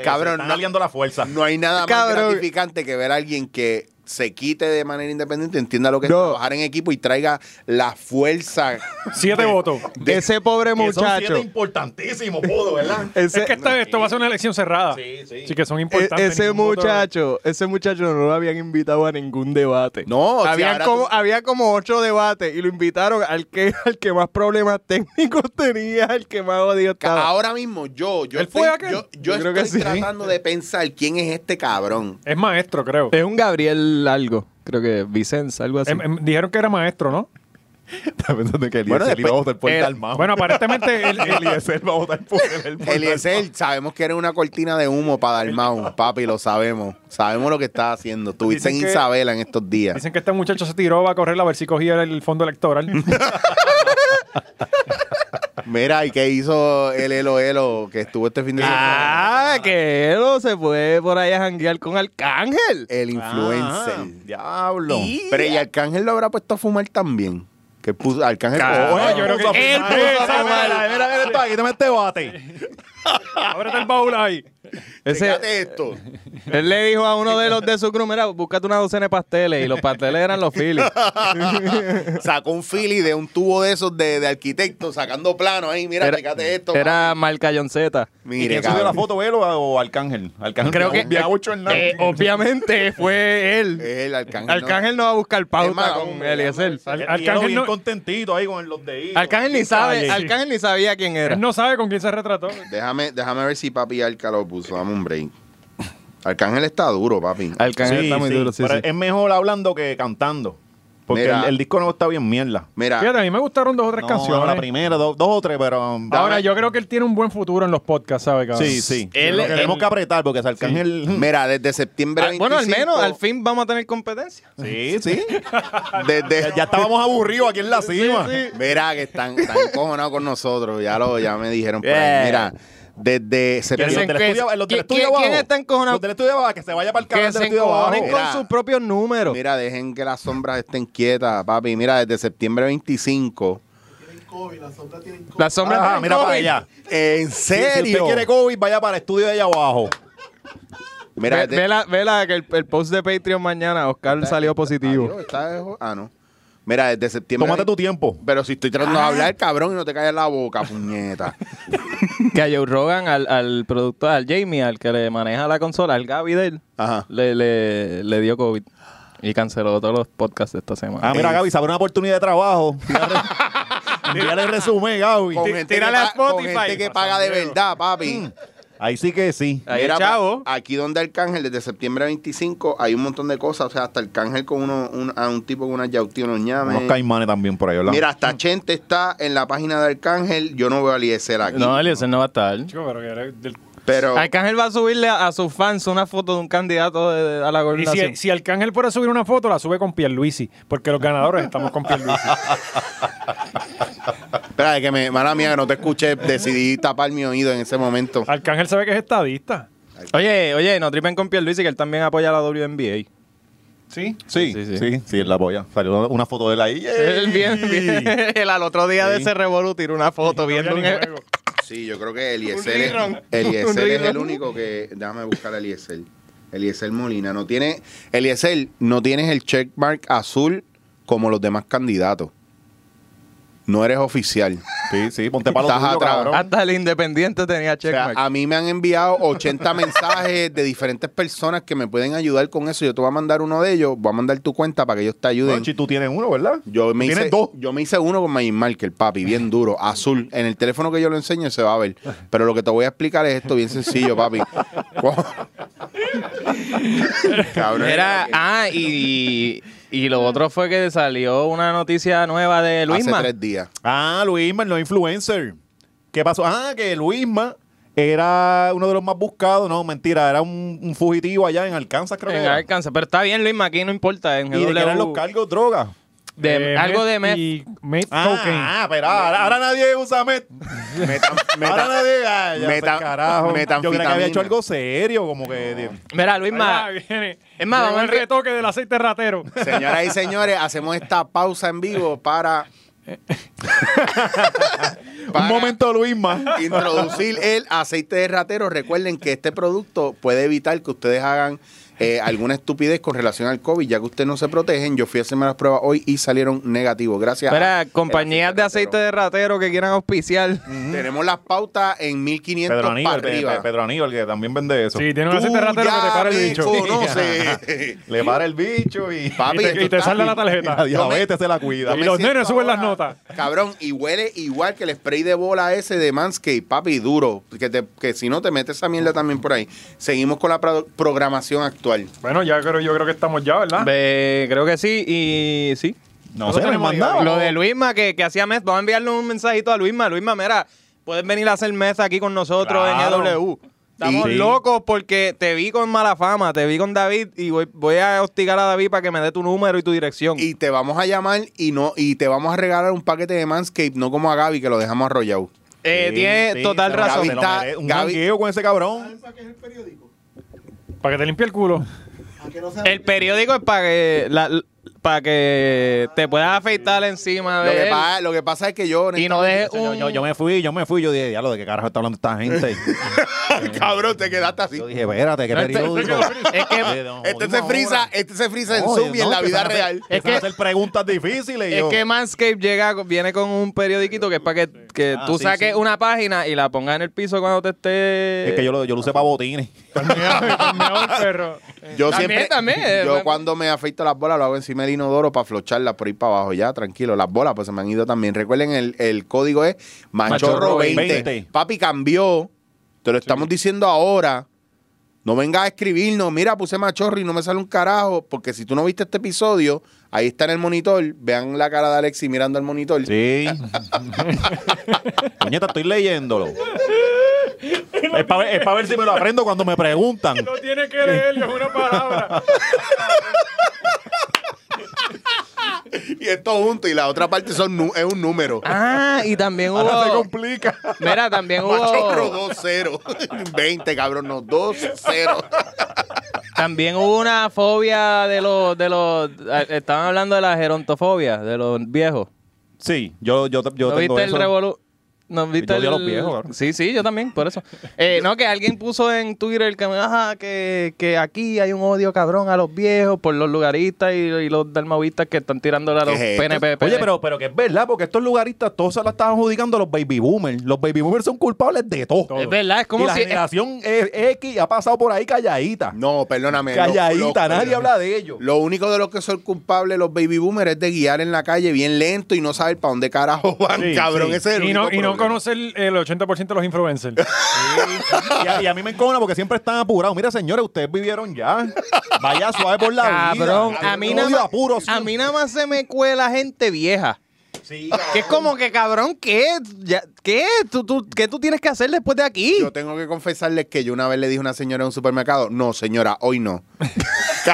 S2: Cabrón,
S4: están
S2: no-
S4: aliando la fuerza.
S2: No hay nada más
S3: Cabrón.
S2: gratificante que ver a alguien que se quite de manera independiente, entienda lo que
S3: No.
S2: es trabajar en equipo y traiga la fuerza.
S1: Siete votos.
S2: De-
S3: Ese pobre
S4: Que son
S3: muchacho.
S4: siete importantísimos, pudo, ¿verdad?
S3: Ese,
S1: Es que esta, esto va a ser una elección cerrada. Sí, sí. que son
S3: e-
S1: importantes.
S3: ese
S1: Ningún voto-
S3: muchacho, ese muchacho no lo habían invitado a ningún debate.
S2: No, si
S3: había
S2: ahora
S3: como,
S2: tú-
S3: había como ocho debates y lo invitaron al que, [laughs] al que más problemas técnicos [laughs] tenía, al que más odio estaba.
S2: Ahora mismo yo, yo
S1: ¿Él
S2: estoy,
S1: fue aquel?
S2: yo, yo
S3: Yo creo
S2: estoy
S3: que sí.
S2: tratando de pensar quién es este cabrón.
S1: Es maestro, creo.
S3: Es un Gabriel algo, creo que Vicenza, algo así.
S1: Em-
S3: [laughs]
S1: em, dijeron que era maestro, ¿no?
S4: Está pensando que
S2: Bueno,
S4: Eliezer
S2: después-
S4: iba a votar por
S3: Eh,
S4: tal mao.
S1: Bueno,
S3: [laughs]
S1: aparentemente él, él-
S4: [laughs] Eliezer va a votar por él. por
S2: Eliezer, sabemos que eres una cortina de humo para Dalmau, papi, lo sabemos. Sabemos lo que estás haciendo. Estuviste en
S1: Dicen que-
S2: Isabela en estos días.
S1: dicen que este muchacho se tiró va a correr a ver si cogía el fondo
S3: [laughs]
S1: electoral.
S2: Mira, ¿y qué hizo el Elo Elo que estuvo este fin de semana?
S3: Ah, que Elo se fue por ahí a janguear con Arcángel.
S2: El influencer.
S4: Ah, diablo.
S2: Pero y Arcángel lo habrá puesto a fumar también. Que puso Arcángel.
S4: Cabrón,
S2: Oye,
S1: yo creo que-
S4: puso Oh, a fumar.
S1: Él puso a
S4: Mira,
S1: fumar.
S4: Mira, mira, mira, esto aquí, toma este bate.
S1: Ábrete el baúl ahí.
S3: Ese,
S2: fíjate esto.
S3: él le dijo a uno de los de su crew, mira, búscate una docena de pasteles. Y los pasteles eran los Phillies.
S2: Sacó un Philly de un tubo de esos de, de arquitecto, sacando plano ahí. [laughs] Mira, fíjate esto.
S3: Era marca John Z.
S4: ¿Y
S2: Mire,
S4: quién subió la
S2: cabrón.
S4: foto, Velo o Arcángel? Arcángel
S3: Creo que-
S4: Vía ocho
S3: Eh,
S4: Hernández.
S3: obviamente fue él.
S2: El Arcángel.
S3: Arcángel no va a buscar pauta
S2: Es más,
S3: con
S2: hombre,
S3: Eliezer.
S4: Y él
S1: Arcángel
S4: bien
S1: no-
S4: contentito ahí con los deditos.
S3: Arcángel ni sabe,
S1: Calle.
S3: Arcángel ni sabía quién era.
S1: Él no sabe con quién se retrató.
S2: no. Déjame, déjame ver si papi Arca lo puso. Dame un break. Arcángel está duro, papi.
S3: Arcángel
S4: Sí,
S3: está muy
S4: sí,
S3: duro, sí,
S4: pero
S3: sí.
S4: es mejor hablando que cantando. Porque
S2: Mira.
S4: el, el disco no está bien mierda.
S2: Mira,
S1: Fíjate, a mí me gustaron dos o tres
S4: No,
S1: canciones.
S4: no, la primera, dos, dos o tres, pero... um,
S1: Ahora,
S4: dame-
S1: yo creo que él tiene un buen futuro en los podcasts, ¿sabes, cabrón? Eh,
S4: Sí, sí.
S3: Él-
S4: Lo que tenemos
S3: él-
S4: que apretar porque si Arcángel... [laughs]
S2: mira, desde septiembre.
S3: Ah, bueno, al menos,
S2: 25,
S3: al fin vamos a tener competencia.
S4: Sí, sí.
S2: Desde,
S4: ya estábamos aburridos aquí en la cima.
S3: Sí, sí.
S2: Mira que están, están encojonados con nosotros. Ya lo, ya me dijeron. por ahí.
S4: Yeah.
S2: Mira, desde
S4: Los
S2: septiembre.
S4: del
S3: que-
S4: estudio- los del
S3: ¿quién-
S4: estudio
S3: quién- quién
S4: abajo.
S3: está encojonado?
S4: Los del estudio abajo, que se vaya para el
S3: Que
S4: canal del
S3: se
S4: estudio abajo.
S3: encojonen con
S2: Mira.
S3: sus propios números.
S2: Mira, dejen que las sombras estén quietas, papi. Mira, desde septiembre 25.
S5: Tienen COVID, las sombras tienen COVID.
S3: La sombra
S4: Ajá,
S3: del
S4: mira para
S3: COVID.
S4: allá.
S2: ¿En
S4: Si- Si usted
S2: serio?
S4: quiere COVID, vaya para el estudio de allá abajo.
S2: Mira,
S3: Ve-
S2: de-
S3: vela, vela que el, el post de Patreon mañana, Oscar salió positivo.
S2: Adiós, está- ah, no. Mira, desde septiembre.
S4: Tómate tu tiempo.
S2: Pero si estoy tratando de hablar, cabrón, y no te calles la boca, puñeta.
S3: [laughs] Que a Joe Rogan, al, al productor, al Jamie, al que le maneja la consola, al Gaby de él,
S2: Ajá.
S3: le, le, le dio COVID. Y canceló todos los podcasts de esta semana.
S4: Ah,
S2: Eh.
S4: mira, Gaby, se abre una oportunidad
S2: [laughs]
S4: de trabajo. Envíale el resumen, Gaby.
S2: Con
S1: Tí-
S2: gente, que,
S1: tírale a
S2: pa- con
S1: Spotify,
S2: gente que
S1: pa'
S2: paga de
S1: San Diego.
S2: verdad, papi.
S4: Ahí sí que sí.
S3: Ahí,
S2: Mira,
S3: chavo.
S2: pa- aquí donde Arcángel, desde septiembre 25, hay un montón de cosas. O sea, hasta Arcángel con uno, un, a un tipo con una yautía, unos ñames.
S4: Unos caimanes también por ahí, ¿verdad?
S2: Mira, hasta Chente está en la página de Arcángel. Yo no veo a Eliezer aquí.
S3: No, Eliezer no va a estar.
S1: Chico, pero que era del-
S2: pero
S3: Arcángel va a subirle a, a sus fans una foto de un candidato de- de- a la
S1: Y
S3: gobernación.
S1: si, si Arcángel puede subir una foto, la sube con Pierluisi, porque los ganadores estamos con Pierluisi.
S2: Espera, que me, mala mía, que no te escuché, decidí tapar mi oído en ese momento.
S3: Ah.
S1: Arcángel sabe que es estadista.
S3: Oye, oye, no tripen con Pierluisi, que él también apoya la WNBA.
S1: Sí.
S3: Sí,
S4: Sí, sí,
S3: sí.
S4: sí, sí, es la polla. Salió una foto de él ahí.
S3: Él bien, bien- [laughs] él al otro día de
S4: Sí.
S3: ese revolú tiró una foto viendo un...
S2: Sí, yo creo que Eliezer,
S3: Un
S2: es,
S3: rerun.
S2: Eliezer
S3: Un
S2: es el
S3: rerun.
S2: único que. Déjame buscar a Eliezer. Eliezer Molina. No tiene, Eliezer, no tienes el checkmark azul como los demás candidatos. No eres oficial.
S4: Sí, sí, ponte palo
S2: Estás
S4: tuyo,
S2: atrás.
S4: cabrón.
S3: Hasta el independiente tenía
S2: O sea, ah,
S3: checkmark.
S2: a mí me han enviado 80 mensajes de diferentes personas que me pueden ayudar con eso. Yo te voy a mandar uno de ellos, voy a mandar tu cuenta para que ellos te ayuden.
S4: Monchi, tú tienes uno, ¿verdad?
S2: Yo me,
S4: Tienes
S2: hice,
S4: dos.
S2: yo me hice uno con Magic Marker, papi, bien duro, [laughs] azul. En el teléfono que yo lo enseño se va a ver. Pero lo que te voy a explicar es esto bien sencillo,
S4: [laughs]
S2: papi. Cabrón.
S3: Era, ah, y, y lo otro fue que salió una noticia nueva de Luisma.
S2: Hace tres días.
S4: Ah, Luisma, el no influencer. ¿Qué pasó? Ah, que Luisma era uno de los más buscados. No, mentira, era un, un fugitivo allá en Arkansas, creo que
S3: En
S4: era.
S3: alcance. Pero está bien, Luisma, aquí no importa. En
S4: ¿Y de
S3: GW.
S4: qué eran los cargos? Droga.
S3: De- algo de meth.
S1: Eh, Y meth cocaine.
S4: Ah, pero ahora, ahora nadie usa met.
S2: [laughs]
S4: ahora nadie. Ay, ya
S2: meta-
S4: sé, carajo. Yo creía que
S2: metanfetamina.
S4: había hecho algo serio, como que. de-
S3: Mira,
S1: Ahí
S3: Luisma,
S1: va, viene.
S3: Es más,
S1: Llegó
S3: vamos a
S1: el
S3: envi-
S1: retoque del aceite ratero.
S2: Señoras y señores, hacemos esta pausa en vivo para. para
S4: [laughs] Un momento, Luisma.
S2: Introducir el aceite de ratero. Recuerden que este producto puede evitar que ustedes hagan eh, alguna estupidez con relación al COVID, ya que ustedes no se protegen. Yo fui a hacerme las pruebas hoy y salieron negativos. Gracias.
S3: espera,
S2: a-
S3: compañías
S2: el
S3: de aceite de ratero que quieran auspiciar.
S2: ratero. Tenemos las pautas en 1500
S4: Pedro
S2: para
S4: Aníbal,
S2: arriba.
S4: Pe- Pedro Aníbal, que también vende eso.
S1: Sí, tiene un
S2: Tú
S1: aceite este ratero que te
S2: ya
S1: para el
S2: me
S1: bicho. [laughs]
S2: conoces.
S4: Le para el bicho y.
S2: Papi,
S1: Y te- y
S2: tú
S1: te
S2: estás-
S1: sale la
S4: y [laughs] la
S1: tarjeta.
S4: diabetes se la cuida.
S2: [laughs] Yo me
S1: los
S2: siento
S1: nenes suben las notas.
S2: Cabrón, y huele igual que el spray de bola ese de Manscaped, papi, duro. Que, te- que si no te metes esa mierda también por ahí. Seguimos con la pro- programación actual.
S1: Bueno, ya creo, yo creo que estamos ya,
S3: Ah.
S1: ¿verdad?
S3: Ve, creo que sí, y sí.
S4: No sé, me
S1: tenemos
S4: mandaba.
S3: Lo de Luisma que, que hacía mes, vamos a enviarle un mensajito a Luisma. Luisma, mira, puedes venir a hacer mes aquí con nosotros
S4: Claro.
S3: en EW. Estamos
S4: Sí.
S3: locos porque te vi con mala fama, te vi con David y voy, voy a hostigar a David para que me dé tu número y tu dirección.
S2: Y te vamos a llamar y no y te vamos a regalar un paquete de Manscaped, no como a Gaby, que lo dejamos arrollado.
S3: Eh, tiene total
S2: Gaby
S3: razón.
S2: está-
S4: un
S2: Gaby-
S4: jangueo con ese cabrón.
S5: ¿Saben para qué es el periódico?
S1: Para que te limpie el [laughs] culo.
S5: A que no sea
S3: El periódico es para que, la- para que te puedas afeitar encima
S2: Lo
S3: de
S2: que,
S3: él
S2: pasa, lo que pasa es que yo...
S3: y no dejes
S4: Eh, Yo,
S3: un...
S4: yo- yo me fui, yo me fui. Yo dije, diablo, ¿de qué carajo está hablando esta
S2: [laughs]
S4: gente?
S2: [laughs] Cabrón, te quedaste así.
S4: yo dije, espérate, ¿qué
S3: No, este-
S4: periódico?
S3: es que-
S4: Oye, no,
S2: Este se
S4: jodimos
S2: frisa,
S4: ahora.
S2: este se frisa en
S4: No,
S2: Zoom y
S4: no,
S2: en la vida
S4: empezaron a hacer-
S2: real.
S4: empezaron a hacer preguntas difíciles. y
S3: Es
S4: yo-
S3: que Manscape llega, viene con un periodiquito que es para que, que
S4: Ah,
S3: tú
S4: sí,
S3: saques
S4: sí.
S3: una página y la pongas en el piso cuando te esté.
S4: Es que yo lo, yo lo usé para botines.
S1: Palmeado el perro.
S2: Yo
S3: También,
S2: siempre,
S3: también.
S2: [laughs] yo cuando me afeito las bolas lo hago encima del inodoro para flocharlas por ir para abajo. Ya, tranquilo, las bolas pues se me han ido también. Recuerden, el, el código es machorro20.
S4: Machorro20.
S2: Papi cambió, te lo estamos diciendo ahora. No vengas a escribirnos, mira, puse machorro y no me sale un carajo, porque si tú no viste este episodio, ahí está en el monitor, vean la cara de Alexi mirando al monitor.
S4: Sí. [laughs] Puñeta, estoy leyéndolo. Es para ver, es pa' ver si me lo aprendo cuando me preguntan.
S1: No tiene que leerlo, es una palabra.
S2: Y esto junto y la otra parte son nu- es un número.
S3: Ah, y
S4: [laughs]
S3: también hubo.
S2: Ahora se complica.
S3: Mira, también
S2: Machorro [laughs]
S3: hubo.
S2: 2-0. 20, cabrón, no, 2-0.
S3: También hubo una fobia de los, de los. eh, Estaban hablando de la gerontofobia, de los viejos.
S4: Sí, yo, yo, yo
S3: ¿No
S4: tengo
S3: viste
S4: eso.
S3: el revolú? ¿No viste
S4: odio a
S3: el-
S4: los viejos, cabrón.
S3: Sí, sí, yo también, por eso. Eh, no, que alguien puso en Twitter que, ajá, que, que aquí hay un odio cabrón a los viejos por los lugaristas y, y los dalmavistas que están tirándole a los
S2: ¿Qué es esto?
S3: PNP.
S4: Oye, pero, pero que es verdad, porque estos lugaristas todos se la están adjudicando a los baby boomers. Los baby boomers son culpables de todo.
S3: Es verdad, es
S4: y
S3: como
S4: la
S3: si.
S4: generación eh, X ha pasado por ahí calladita.
S2: No, perdóname. lo-
S4: calladita,
S2: lo-
S4: nadie habla de ellos.
S2: Lo único de lo que son culpables los baby boomers es de guiar en la calle bien lento y no saber para dónde carajo [laughs] van,
S4: Sí,
S2: cabrón.
S4: sí.
S2: Ese es el
S1: Y no,
S2: único
S1: y no
S2: problema.
S1: conocer el 80% de los influencers.
S4: y, a, y a mí me encona porque siempre están apurados. Mira, señores, ustedes vivieron ya. Vaya suave por la vida.
S3: Cabrón, a mí,
S4: Yo
S3: nada
S4: odio
S3: más,
S4: apuros.
S3: a mí nada más se me cuela gente vieja. Que es como que, cabrón, ¿qué? Ya- ¿Qué? ¿Tú, tú, ¿Qué tú tienes que hacer después de aquí?
S2: Yo tengo que confesarles que yo una vez le dije a una señora en un supermercado, no, señora, hoy no. [laughs]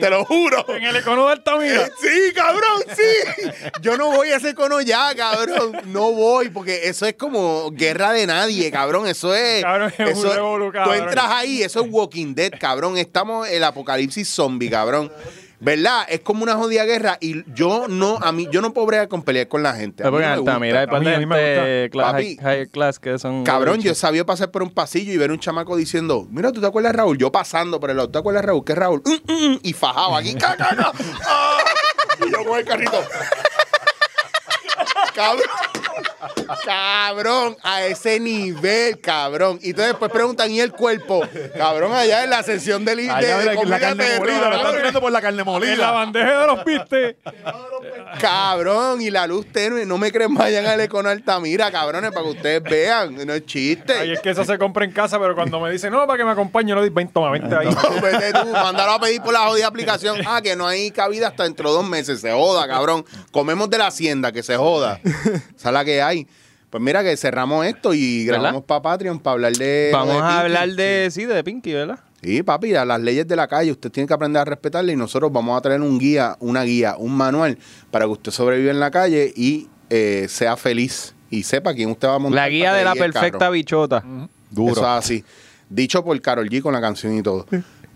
S2: Te lo juro.
S1: en el econo de
S2: [laughs]
S1: Altamira. [laughs]
S2: Sí, cabrón, sí. [laughs] Yo no voy a ese cono ya, cabrón. No voy, porque eso es como guerra de nadie, cabrón. Eso es.
S1: Cabrón, es un
S2: eso
S1: revolú,
S2: Tú
S1: cabrón.
S2: entras ahí, eso es Walking Dead, cabrón. Estamos en el apocalipsis zombie, cabrón. ¿Verdad? Es como una jodida guerra y yo no, a mí, yo no puedo bregar con pelear con la gente. A mí
S3: Pues, porque
S2: no me gusta.
S3: Altamira hay
S1: A mí- a mí me
S3: parte
S2: gusta.
S3: cla- high,
S2: Papi.
S3: high class que son...
S2: Cabrón, yo he sabido pasar por un pasillo y ver un chamaco diciendo, mira, ¿tú te acuerdas de Raúl? Yo pasando por el lado, ¿tú te acuerdas de Raúl? ¿Qué es Raúl? Mm, mm, mm. y fajado aquí, ca, ca, ca. Ah. Y yo con el carrito. cabrón. Cabrón, a ese nivel, cabrón. Y entonces después preguntan, ¿y el cuerpo? Cabrón, allá en la sección del
S4: Allá, mira, la, carne molida, la están tirando por la carne molida.
S1: En la bandeja de los pistes.
S2: Cabrón, y la luz tenue. No me creen, vayan al Econo Altamira, cabrones, para que ustedes vean. No es chiste.
S1: Ay, es que esa se compra en casa, pero cuando me dicen, no, para que me acompañe, no digo, ven, toma, vente ahí.
S2: No, vete tú, mándalo a pedir por la jodida aplicación. Ah, que no hay cabida hasta dentro de dos meses. Se joda, cabrón. Comemos de la hacienda, que se joda. Esa es la que hay. Pues mira que cerramos esto y
S3: ¿Verdad?
S2: grabamos para Patreon para hablar de...
S3: Vamos
S2: de Pinky.
S3: a hablar de... Sí, de Pinky, ¿verdad?
S2: Sí, papi, a las leyes de la calle. Usted tiene que aprender a respetarlas y nosotros vamos a traer un guía, una guía, un manual para que usted sobreviva en la calle y eh, sea feliz y sepa quién usted va a montar.
S3: La guía
S2: para
S3: de la
S2: pedir el carro.
S3: perfecta bichota.
S4: Duro.
S2: Eso es así. Dicho por Carol G con la canción y todo.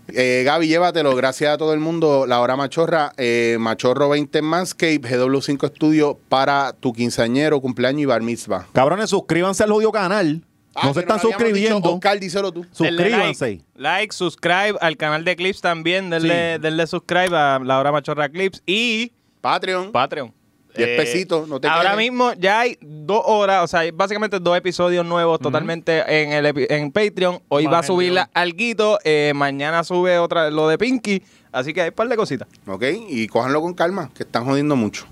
S2: Eh, Gaby, llévatelo. Gracias a todo el mundo. La hora machorra. eh, Machorro 20 en Manscape. GW5 Studio para tu quinceañero, cumpleaños y bar mitzvah.
S4: Cabrones, suscríbanse al odio canal.
S2: Ah,
S4: no se
S2: que nos
S4: están
S2: habíamos dicho,
S4: suscribiendo.
S2: Oscar, díselo tú.
S3: Denle
S4: Suscríbanse.
S3: Like, like, subscribe al canal de Clips también. Denle, denle subscribe a La Hora Machorra Clips y
S2: Patreon.
S3: Patreon.
S2: Diez pesitos, no te
S3: eh, Ahora
S2: quejes.
S3: mismo ya hay dos horas, o sea, hay básicamente dos episodios nuevos totalmente en el epi- en Patreon. Hoy va a
S1: Vamos,
S3: subir
S1: Dios.
S3: alguito, eh, mañana sube otra lo de Pinky, así que hay un par de cositas.
S2: ok. Y cójanlo con calma, que están jodiendo mucho.